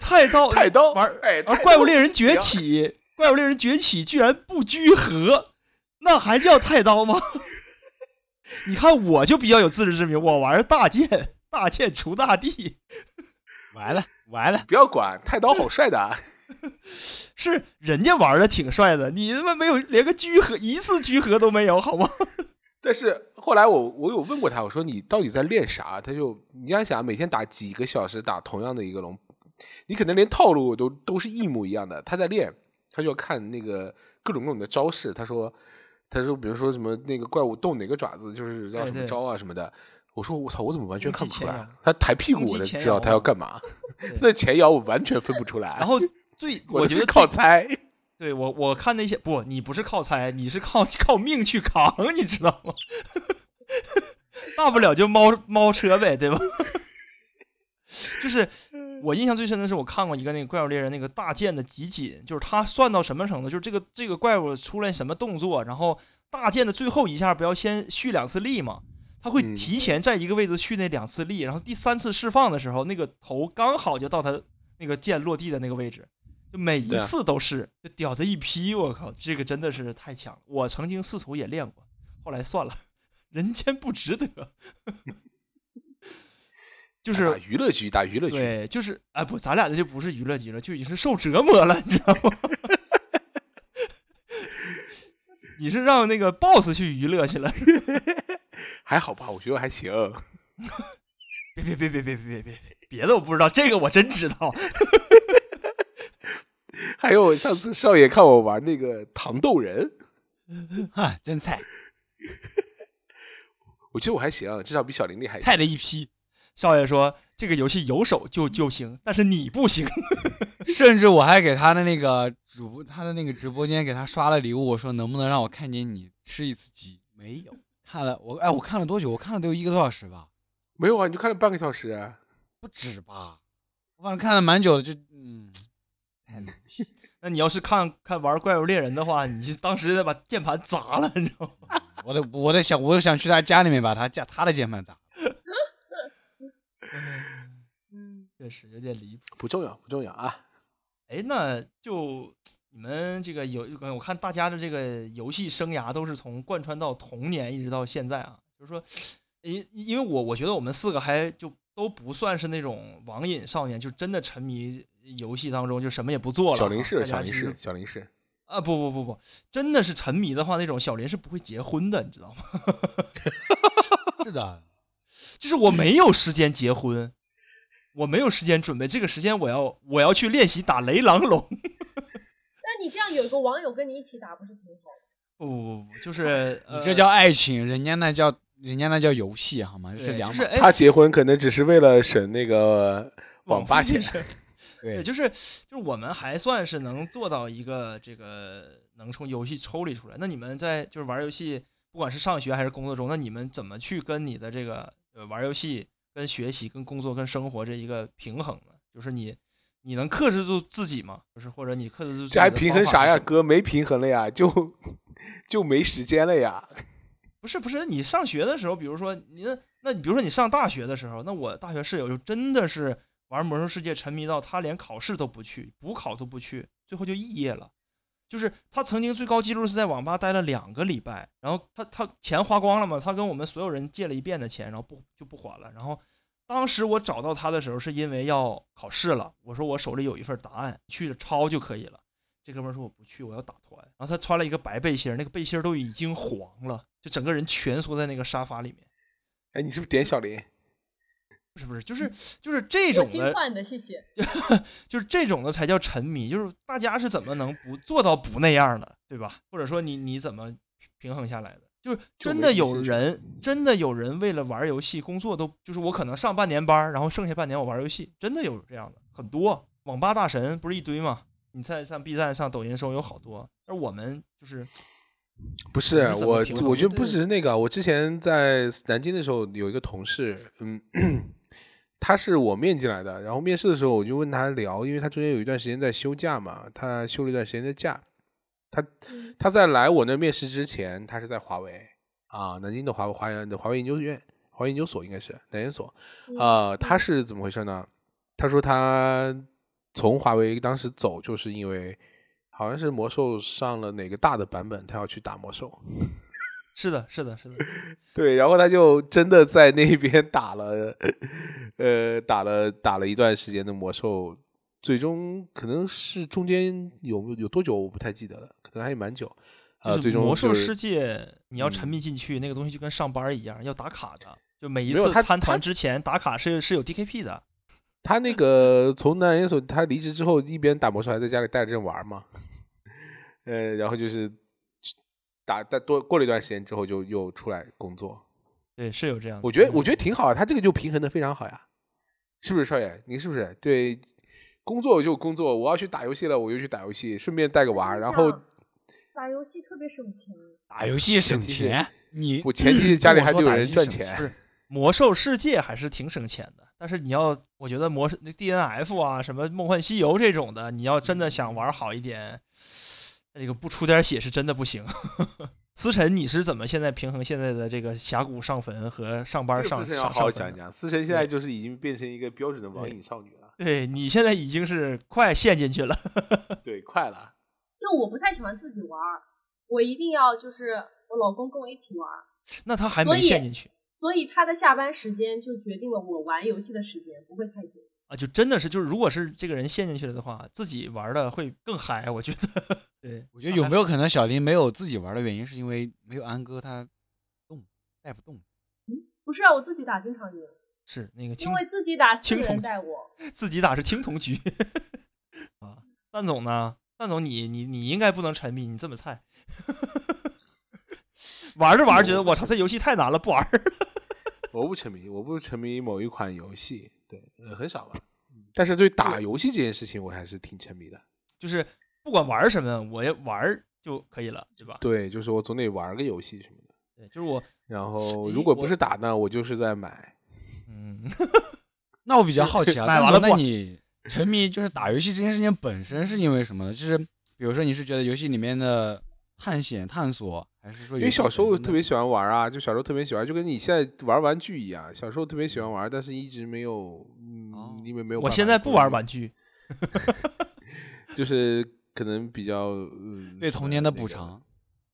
太刀
太刀
玩儿
哎
而
太
怪
刀
物猎人崛
行
起，怪物猎人崛起居然不拘合，那还叫太刀吗？ 你看我就比较有自知之明，我玩大剑，大剑除大地，
完了完 了，
不要管太刀好帅的啊，
是人家玩的挺帅的，你他妈没有连个居合一次居合都没有好吗？
但是后来我我有问过他，我说你到底在练啥？他就你要想每天打几个小时打同样的一个龙，你可能连套路都都是一模一样的。他在练，他就要看那个各种各种的招式。他说他说比如说什么那个怪物动哪个爪子，就是要
哎
什么
对
招啊什么的。我说我操，我怎么完全
攻
看不
击
出
前
来
摇？
他抬屁股
攻击
我才
前
知道
摇
他要
嘛
干嘛，
对
那前摇我完全分不出来。
然后最
我
觉
是
得
靠
最
猜，
对我我看那些不，你不是靠猜，你是靠靠命去扛，你知道吗？大不了就猫猫车呗，对吧？ 就是我印象最深的是，我看过一个那个怪物猎人那个大剑的集锦，就是他算到什么程度，就是这个这个怪物出来什么动作，然后大剑的最后一下不要先蓄两次力嘛，他会
嗯
提前在一个位置蓄那两次力，然后第三次释放的时候，那个头刚好就到他那个剑落地的那个位置，就每一
对啊
次都是，就屌他一批，我靠，这个真的是太强了。我曾经试图也练过，后来算了，人间不值得。 就是
打娱乐局，打娱乐局。
对，就是哎不，咱俩这就不是娱乐级了，就已经是受折磨了，你知道吗？ 你是让那个 boss 去娱乐去了？
还好吧，我觉得还行。
别别别别别别别别，别的我不知道，这个我真知道。
还有上次少爷看我玩那个糖豆人，
哈，真菜
我觉得我还行，至少比小玲玲还行。
菜的一批，
少爷说这个游戏有手就就行，但是你不行。
甚至我还给他的那个主播，他的那个直播间给他刷了礼物，我说能不能让我看见你吃一次鸡？没有，看了我哎，我看了多久？我看了得有一个多小时吧，
没有啊，你就看了半个小时啊。
不止吧，我反正看了蛮久的，就嗯，太牛逼了。
那你要是看看玩怪物猎人的话，你就当时得把键盘砸了，你知道吗？
我得我得想，我又想去他家里面把他家他的键盘砸了。
确实有点离谱。
不重要，不重要啊。
哎，那就你们这个游，我看大家的这个游戏生涯都是从贯穿到童年一直到现在啊，就是说，因因为我我觉得我们四个还就都不算是那种网瘾少年，就真的沉迷游戏当中，就什么也不做了啊。
小林
大
是
家
小林
其实
是小林是，
啊，不不不不，真的是沉迷的话，那种小林是不会结婚的，你知道吗？
是的，
就是我没有时间结婚，我没有时间准备，这个时间我要我要去练习打雷狼龙。
那你这样有一个网友跟你一起打，不是挺好？
不不不，就是
你
呃
这叫爱情，人家那叫人家那叫游戏，好吗？这是
对
两
就
码
是哎，
事。
他结婚可能只是为了省那个网吧
费
钱。
是 对，
对，
就是就是我们还算是能做到一个这个能从游戏抽离出来。那你们在就是玩游戏，不管是上学还是工作中，那你们怎么去跟你的这个呃玩游戏、跟学习、跟工作、跟生活这一个平衡呢？就是你你能克制住自己吗？就是或者你克制住自己
这还
的
平
方
衡
法
啥
是
呀？
什么
哥没平衡了呀，就就没时间了呀。
不是不是，你上学的时候，比如说你那那你比如说你上大学的时候，那我大学室友就真的是玩魔兽世界沉迷到他连考试都不去，补考都不去，最后就肄业了。就是他曾经最高记录是在网吧待了两个礼拜，然后他他钱花光了嘛，他跟我们所有人借了一遍的钱，然后不就不还了。然后当时我找到他的时候，是因为要考试了，我说我手里有一份答案，去抄就可以了。这哥们儿说我不去，我要打团。然后他穿了一个白背心儿，那个背心儿都已经黄了，就整个人蜷缩在那个沙发里面，
哎，你是不是点小林？
是不是？ 就是就是这
我
种
新
的，
换的，谢谢。
就是这种的才叫沉迷。就是大家是怎么能不做到不那样的，对吧？或者说你你怎么平衡下来的？就是
就
真
没
的
什么
有
兴趣
人，真的有人为了玩游戏工作都，就是我可能上半年班儿，然后剩下半年我玩游戏，真的有这样的很多。网吧大神不是一堆吗？你在上 B 站、上抖音上有好多，而我们就是
不是
是怎么
我
平，衡
我
的
觉得不
对
只是那个，我之前在南京的时候有一个同事，嗯，他是我面进来的，然后面试的时候我就问他聊，因为他中间有一段时间在休假嘛，他休了一段时间的假，他
嗯
他在来我那面试之前，他是在华为啊，南京的华华的华为研究院、华为研究所应该是南研所，
嗯
啊，他是怎么回事呢？他说他从华为当时走，就是因为好像是魔兽上了哪个大的版本，他要去打魔兽。
是的，是的，是的，
对，然后他就真的在那边打了，呃，打了打了一段时间的魔兽，最终可能是中间有没有有多久我不太记得了，可能还蛮久。啊、
就
最
是
终
魔
就
兽
是
世界，你要
嗯
沉迷进去，那个东西就跟上班一样，要打卡的。就每一
没有
次
它
参
它
团之前打卡是是有 DKP 的，
他那个从南研所他离职之后，一边打魔兽还在家里带着玩嘛，呃，然后就是打打多过了一段时间之后就又出来工作，
对，是有这样的。嗯
我觉得我觉得挺好啊，他这个就平衡的非常好呀，是不是少爷？您是不是对工作就工作，我要去打游戏了，我就去打游戏，顺便带个娃，
你
然后
想打游戏特别省钱，
打游啊戏省
前提是
钱，你
我前提是家里还得有人赚
不
钱，
是魔兽世界还是挺省钱的，但是你要，我觉得魔兽那 DNF 啊，什么梦幻西游这种的，你要真的想玩好一点，这个不出点血是真的不行。 思辰，你是怎么现在平衡现在的这个峡谷上坟和上班
这个
上
思辰要
上
好好
上
讲
坟
一
的？
讲。思辰现在就是已经变成一个标准的网瘾少女了，
对你现在已经是快陷进去了，
对，快了。
就我不太喜欢自己玩儿，我一定要就是我老公跟我一起玩儿，
那他还
所
没
以
陷进去
所以他的下班时间就决定了我玩游戏的时间，不会太久。
啊！就真的是，就是如果是这个人陷进去了的话，自己玩的会更嗨，我觉得。 对，啊
我觉得有没有可能小林没有自己玩的原因，是因为没有安哥他动带不动。
不是啊，我自己打经常赢，
是那个青
因为自己打四
青
个
铜
人
器
带我，
自己打是青铜局 啊。蛋总呢？蛋总你你你应该不能沉迷，你这么菜， 玩着玩着觉得我操这游戏太难了，不玩儿。
我不沉迷，我不沉迷某一款游戏，对，呃，很少吧。但是对打游戏这件事情，我还是挺沉迷的。
就是不管玩什么，我也玩儿就可以了，对吧？
对，就是我总得玩个游戏什么的。
对，就是我
然后
咦
如果不
我
是打呢，我就是在买。
嗯，
那我比较好 奇啊，
买
蛋
完
总
了
那
不
你沉迷就是打游戏这件事情本身是因为什么呢？就是比如说你是觉得游戏里面的探险探索，还是说
因
游
为
戏
小时
本
候
身的
特别喜欢玩啊，就小时候特别喜欢，就跟你现在玩玩具一样。小时候特别喜欢玩，但是一直没有，嗯，
哦
因为没有。
我现在不玩玩，具，
就是可能比较、嗯、
对
什
童
么
年的
那
补
个
偿？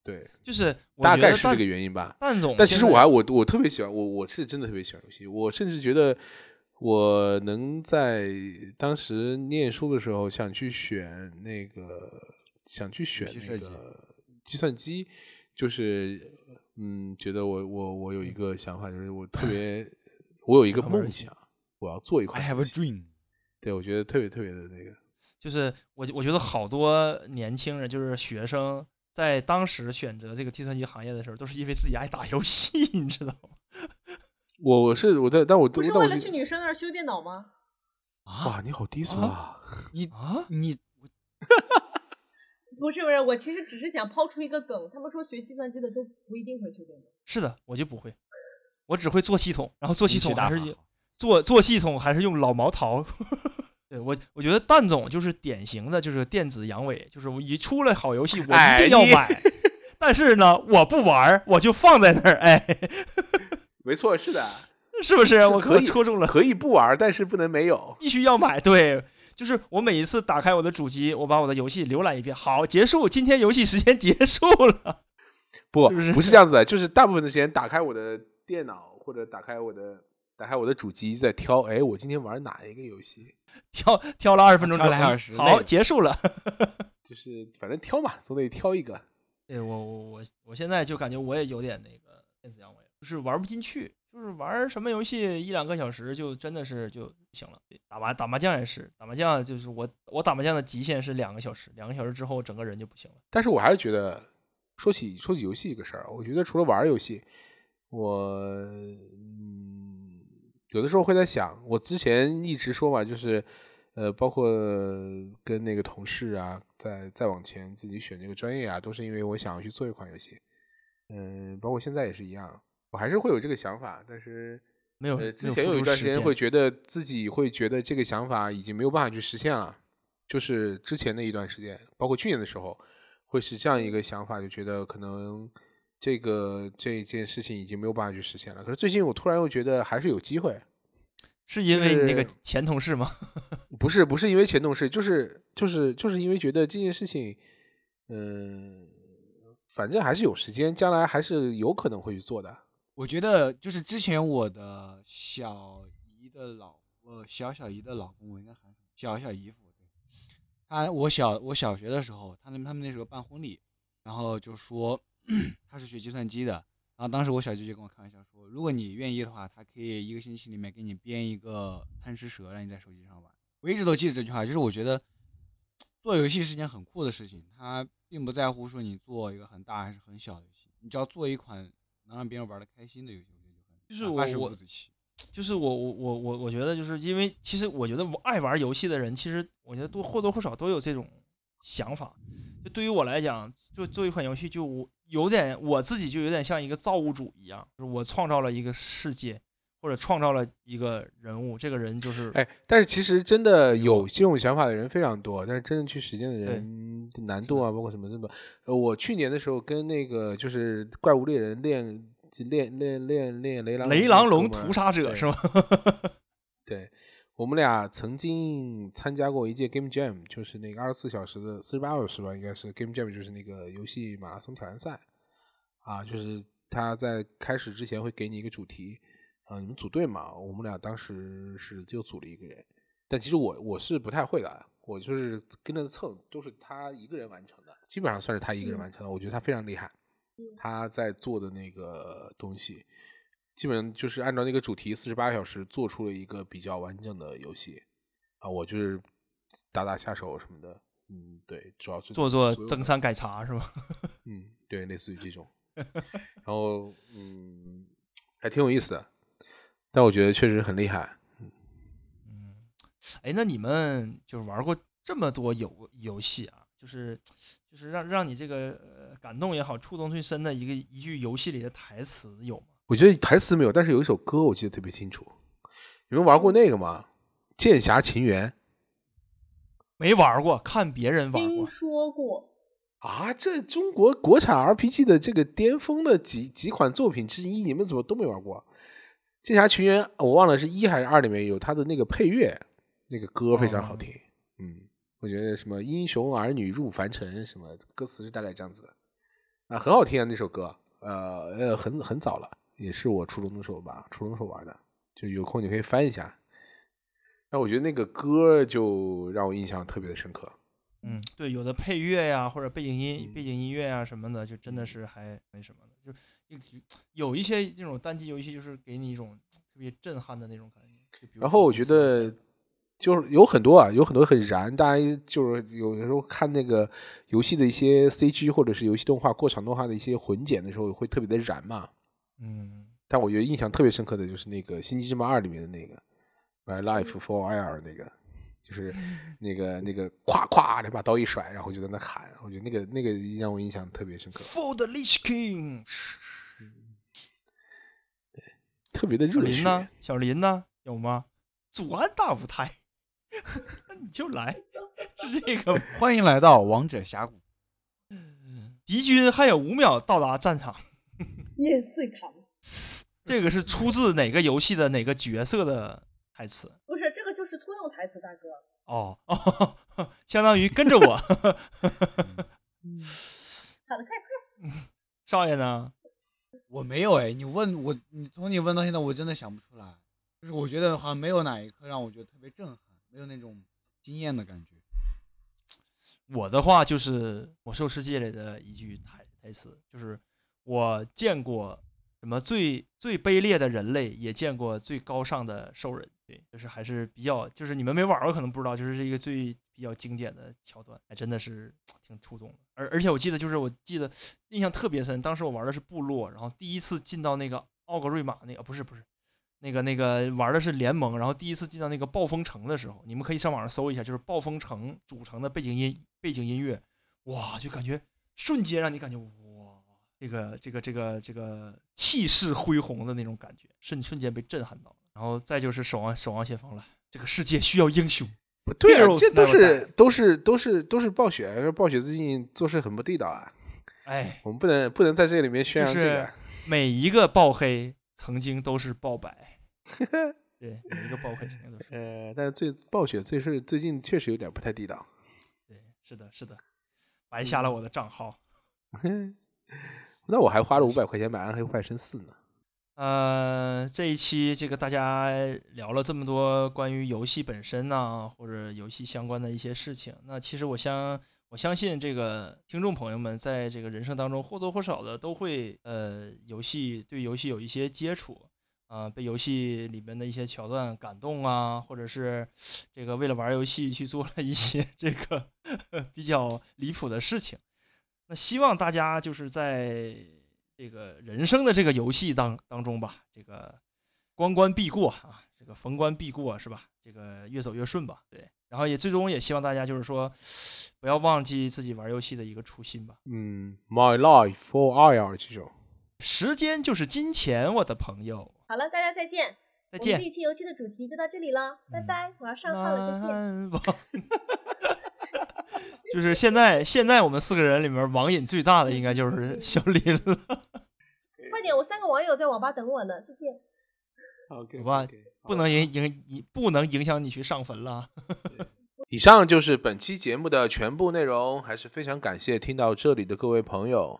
对，
就是我
大
觉
概
得
是这
蛋
个原因吧。
蛋总，
但其实我还我我特别喜欢我我是真的特别喜欢游戏，我甚至觉得我能在当时念书的时候想去选那个想去选
游戏
那
设计
个计算机，就是嗯，觉得我我我有一个想法，就是我特别我有一个
喜欢玩游
梦
戏
想，我要做一款
I have
游
a
戏
dream。
对我觉得特别特别的那个，
就是我我觉得好多年轻人，就是学生，在当时选择这个计算机行业的时候，都是因为自己爱打游戏， 你知道吗？
我我是我在，但我
不是
但我
为了
就
去女生那儿修电脑吗？
啊
哇，，你好低俗
啊
啊！
你
啊，
你
不是不是，我其实只是想抛出一个梗，他们说学计算机的都不一定会修电脑。
是的，我就不会，我只会做系统，然后做
做
系统
打
还是
法
用
好
做做系统还是用老毛淘。 对我，我觉得蛋总就是典型的，就是电子阳痿，就是我一出了好游戏，我一
哎
定要
你
买，但是呢，我不玩儿，我就放在那儿，哎，
没错，是的，
是不是？
是
我
可
我
以
戳中了。
可以不玩，但是不能没有。
必须要买。对，就是我每一次打开我的主机，我把我的游戏浏览一遍，好，结束，今天游戏时间结束了。
不，
是不是
不是这样子的，就是大部分的时间打开我的电脑或者打开我的打开我的主机，在挑，哎，我今天玩哪一个游戏？
挑挑了二十分钟之
挑
后，
了俩小时累
好，
了
结束 了。
就是反正挑嘛，总得挑一个。
对我我我我现在就感觉我也有点那个电子阳痿，就是玩不进去，就是玩什么游戏一两个小时就真的是就不行了。打麻打麻将也是，打麻将就是我我打麻将的极限是两个小时，两个小时之后整个人就不行了。
但是我还是觉得，说起说起游戏这个事儿，啊我觉得除了玩游戏，我嗯，有的时候会在想，我之前一直说嘛，就是呃，包括跟那个同事啊，再再往前自己选这个专业啊，都是因为我想要去做一款游戏，嗯，包括现在也是一样，我还是会有这个想法，但是。
没有
呃，之
没
前
有付
有一
出
段
实
时间
践
会觉得自己会觉得这个想法已经没有办法去实现了，就是之前的一段时间，包括去年的时候，会是这样一个想法，就觉得可能这个这件事情已经没有办法去实现了。可是最近我突然又觉得还是有机会，
是因为你那个
就是
前同事吗？
不是不是因为前同事，就是就是就是因为觉得这件事情，嗯、反正还是有时间，将来还是有可能会去做的。
我觉得就是之前我的小姨的老，呃，小小姨的老公，我应该喊什么小小姨夫。对，他我小我小学的时候，他们他们那时候办婚礼，然后就说 他是学计算机的，然后当时我小舅就跟我开玩笑说，如果你愿意的话，他可以一个星期里面给你编一个贪吃蛇，让你在手机上玩。我一直都记得这句话，就是我觉得做游戏是件很酷的事情，它并不在乎说你做一个很大还是很小的游戏，你只要做一款能让别人玩的开心的游戏，我觉得就很
就是
哪
我
怕是
我
五子棋，
就是我我我我我觉得就是因为其实我觉得我爱玩游戏的人，其实我觉得多或多或少都有这种想法。就对于我来讲，就做一款游戏就我有点我自己就有点像一个造物主一样，就是我创造了一个世界，或者创造了一个人物，这个人就是
哎，但是其实真的有这种想法的人非常多，但是真正去实践的人难度啊，包括什么什么。呃，我去年的时候跟那个就是《怪物猎人》练练练练练雷狼
雷狼龙
哥们儿
屠杀者
对
是吗？
对，我们俩曾经参加过一届 Game Jam，就是那个二十四小时的四十八小时吧，应该是 Game Jam，就是那个游戏马拉松挑战赛啊，就是他在开始之前会给你一个主题啊，你们组队嘛，我们俩当时是就组了一个人，但其实我我是不太会的，我就是跟着蹭，都是他一个人完成的，基本上算是他一个人
嗯
完成的，我觉得他非常厉害，他在做的那个东西。基本上就是按照那个主题四十八小时做出了一个比较完整的游戏啊，我就是打打下手什么的，嗯，对，主要是
做做
所有的
增删改查是吗？
嗯，对，类似于这种，然后嗯，还挺有意思的，但我觉得确实很厉害。
嗯，哎，那你们就是玩过这么多游游戏啊，就是就是让让你这个呃感动也好，触动最深的一个一句游戏里的台词有吗？
我觉得台词没有，但是有一首歌我记得特别清楚，你们玩过那个吗？《剑侠情缘
没玩过，看别人玩
听
过。
说过，》
啊，这中国国产 RPG 的这个巅峰的几几款作品之一，你们怎么都没玩过啊？《剑侠情缘》我忘了是一还是二里面有它的那个配乐，那个歌非常好听。嗯，我觉得什么“英雄儿女入凡尘”什么歌词是大概这样子的啊，很好听啊那首歌。呃呃，很很早了，也是我初中的时候吧，初中的时候玩的，就有空你可以翻一下。但我觉得那个歌就让我印象特别的深刻。
嗯，对，有的配乐呀、或者背景音、
嗯
背景音乐啊什么的，就真的是还那什么的，就是有一些这种单机游戏，就是给你一种特别震撼的那种感觉。就比如
然
说
后我
《
觉
阴森森
得就是有很多啊，有很多很燃，大家就是有的时候看那个游戏的一些 CG 或者是游戏动画过场动画的一些混剪的时候，会特别的燃嘛。
嗯，
但我觉得印象特别深刻的就是那个《星际争霸二》里面的那个《My Life for IR》那个， 就是那个那个咵咵，你把刀一甩，然后就在那喊，我觉得那个那个让我印象特别深刻，
For the Lich King，
特别的
小
热
林
血。
呢？小林呢？有吗？祖安大舞台， 那你就来，是这个吗。
欢迎来到王者峡谷。
敌军还有五秒到达战场，
念碎堂。
这个是出自哪个游戏的哪个角色的台词？
不是，这个就是通用台词，大哥。
哦 哦，相当于跟着我。 嗯
喊嗯得快快！
少爷呢？
我没有哎，你问我，你从你问到现在，我真的想不出来。就是我觉得好像没有哪一刻让我觉得特别震撼，没有那种惊艳的感觉。
我的话就是《魔兽世界》里的一句台台词，就是我见过什么最最卑劣的人类，也见过最高尚的兽人。对，就是还是比较，就是你们没玩过可能不知道，就是这一个最比较经典的桥段，还真的是挺触动的。而而且我记得就是我记得印象特别深，当时我玩的是部落，然后第一次进到那个奥格瑞玛那个不是不是。那个那个玩的是联盟，然后第一次进到那个暴风城的时候，你们可以上网上搜一下，就是暴风城主城的背景音背景音乐，哇，就感觉瞬间让你感觉哇，这个这个这个这个气势恢宏的那种感觉，瞬瞬间被震撼到了。然后再就是守望守望先锋了，这个世界需要英雄，
不对啊，
Heroes
这都
never
是
die
都是都是都是暴雪，暴雪最近做事很不地道啊，
哎，
我们不能不能在这里面宣
就
扬这个。
是每一个爆黑曾经都是爆白，对，有一个暴啃型的都是。
呃，但是最暴雪最是最近确实有点不太地道。
对，是的，是的，白瞎了我的账号。
那我还花了五百块钱买《暗黑坏神四》呢。
呃，这一期这个大家聊了这么多关于游戏本身呐、或者游戏相关的一些事情，那其实我相我相信这个听众朋友们在这个人生当中或多或少的都会呃游戏对游戏有一些接触，啊、被游戏里面的一些桥段感动啊，或者是这个为了玩儿游戏去做了一些这个 比较离谱的事情。那希望大家就是在这个人生的这个游戏当当中吧，这个关关必过啊，这个逢关必过是吧？这个越走越顺吧，对。然后也最终也希望大家就是说，不要忘记自己玩游戏的一个初心吧。
嗯，My Life for IR 这种。
时间就是金钱，我的朋友，
好了，大家再见。
再
我们这
见。
一期游戏的主题就到这里了，拜
嗯
拜，我要上课了，再见。
难忘，就是现在现在我们四个人里面网瘾最大的应该就是小林了。
快点，我三个网友在网吧等我呢，再见。
OK，
好吧不能影影影不能影响你去上坟了。啊
以上就是本期节目的全部内容，还是非常感谢听到这里的各位朋友。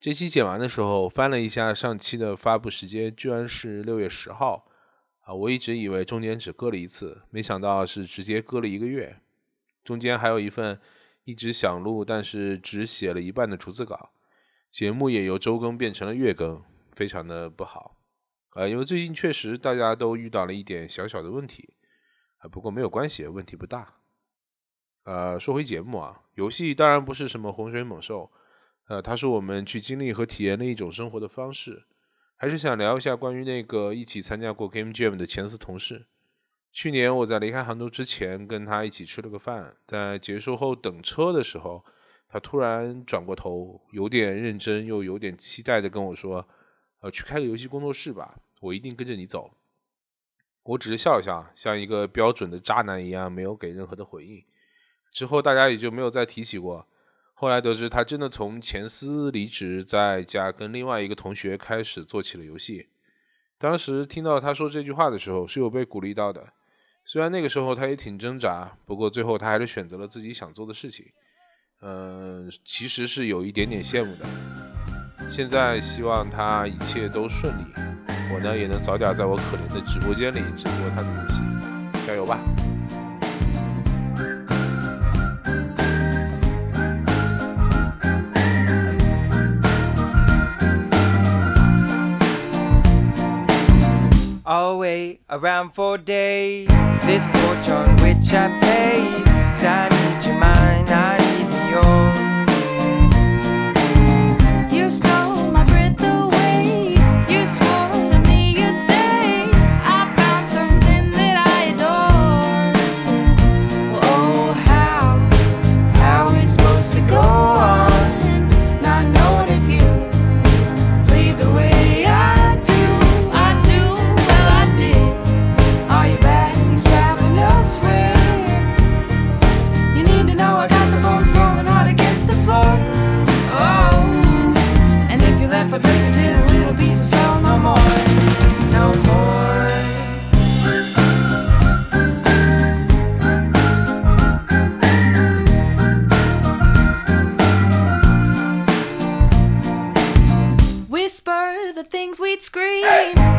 这期剪完的时候翻了一下上期的发布时间，居然是六月十号啊！我一直以为中间只隔了一次，没想到是直接隔了一个月。中间还有一份一直想录但是只写了一半的逐字稿，节目也由周更变成了月更，非常的不好。呃，因为最近确实大家都遇到了一点小小的问题，啊，不过没有关系，问题不大。呃，说回节目啊，游戏当然不是什么洪水猛兽，呃，它是我们去经历和体验的一种生活的方式。还是想聊一下关于那个一起参加过 Game Jam 的前司同事。去年我在离开杭州之前，跟他一起吃了个饭，在结束后等车的时候，他突然转过头，有点认真又有点期待的跟我说：“呃，去开个游戏工作室吧，我一定跟着你走。”我只是笑了笑，像一个标准的渣男一样，没有给任何的回应。之后大家也就没有再提起过。后来得知他真的从前司离职，在家跟另外一个同学开始做起了游戏。当时听到他说这句话的时候，是有被鼓励到的。虽然那个时候他也挺挣扎，不过最后他还是选择了自己想做的事情。嗯、其实是有一点点羡慕的。现在希望他一切都顺利，我呢也能早点在我可怜的直播间里直播他的游戏。加油吧！
all the way around for days. This porch on which I base, 'cause I need your mind, I need your
You stole my breath away. You swore to me you'd stay. I found something that I adore. Oh, how, how are we supposed to go on? Not knowing if you leave the way I do. I do, well, I did. Are your bags traveling elsewhere? You need to know I got the bones rolling hard against the floor. Oh. And if you left, I'd break it into little pieces. Well, no more, no more. Whisper the things we'd scream. Oh, Oh, Oh, Oh, Oh,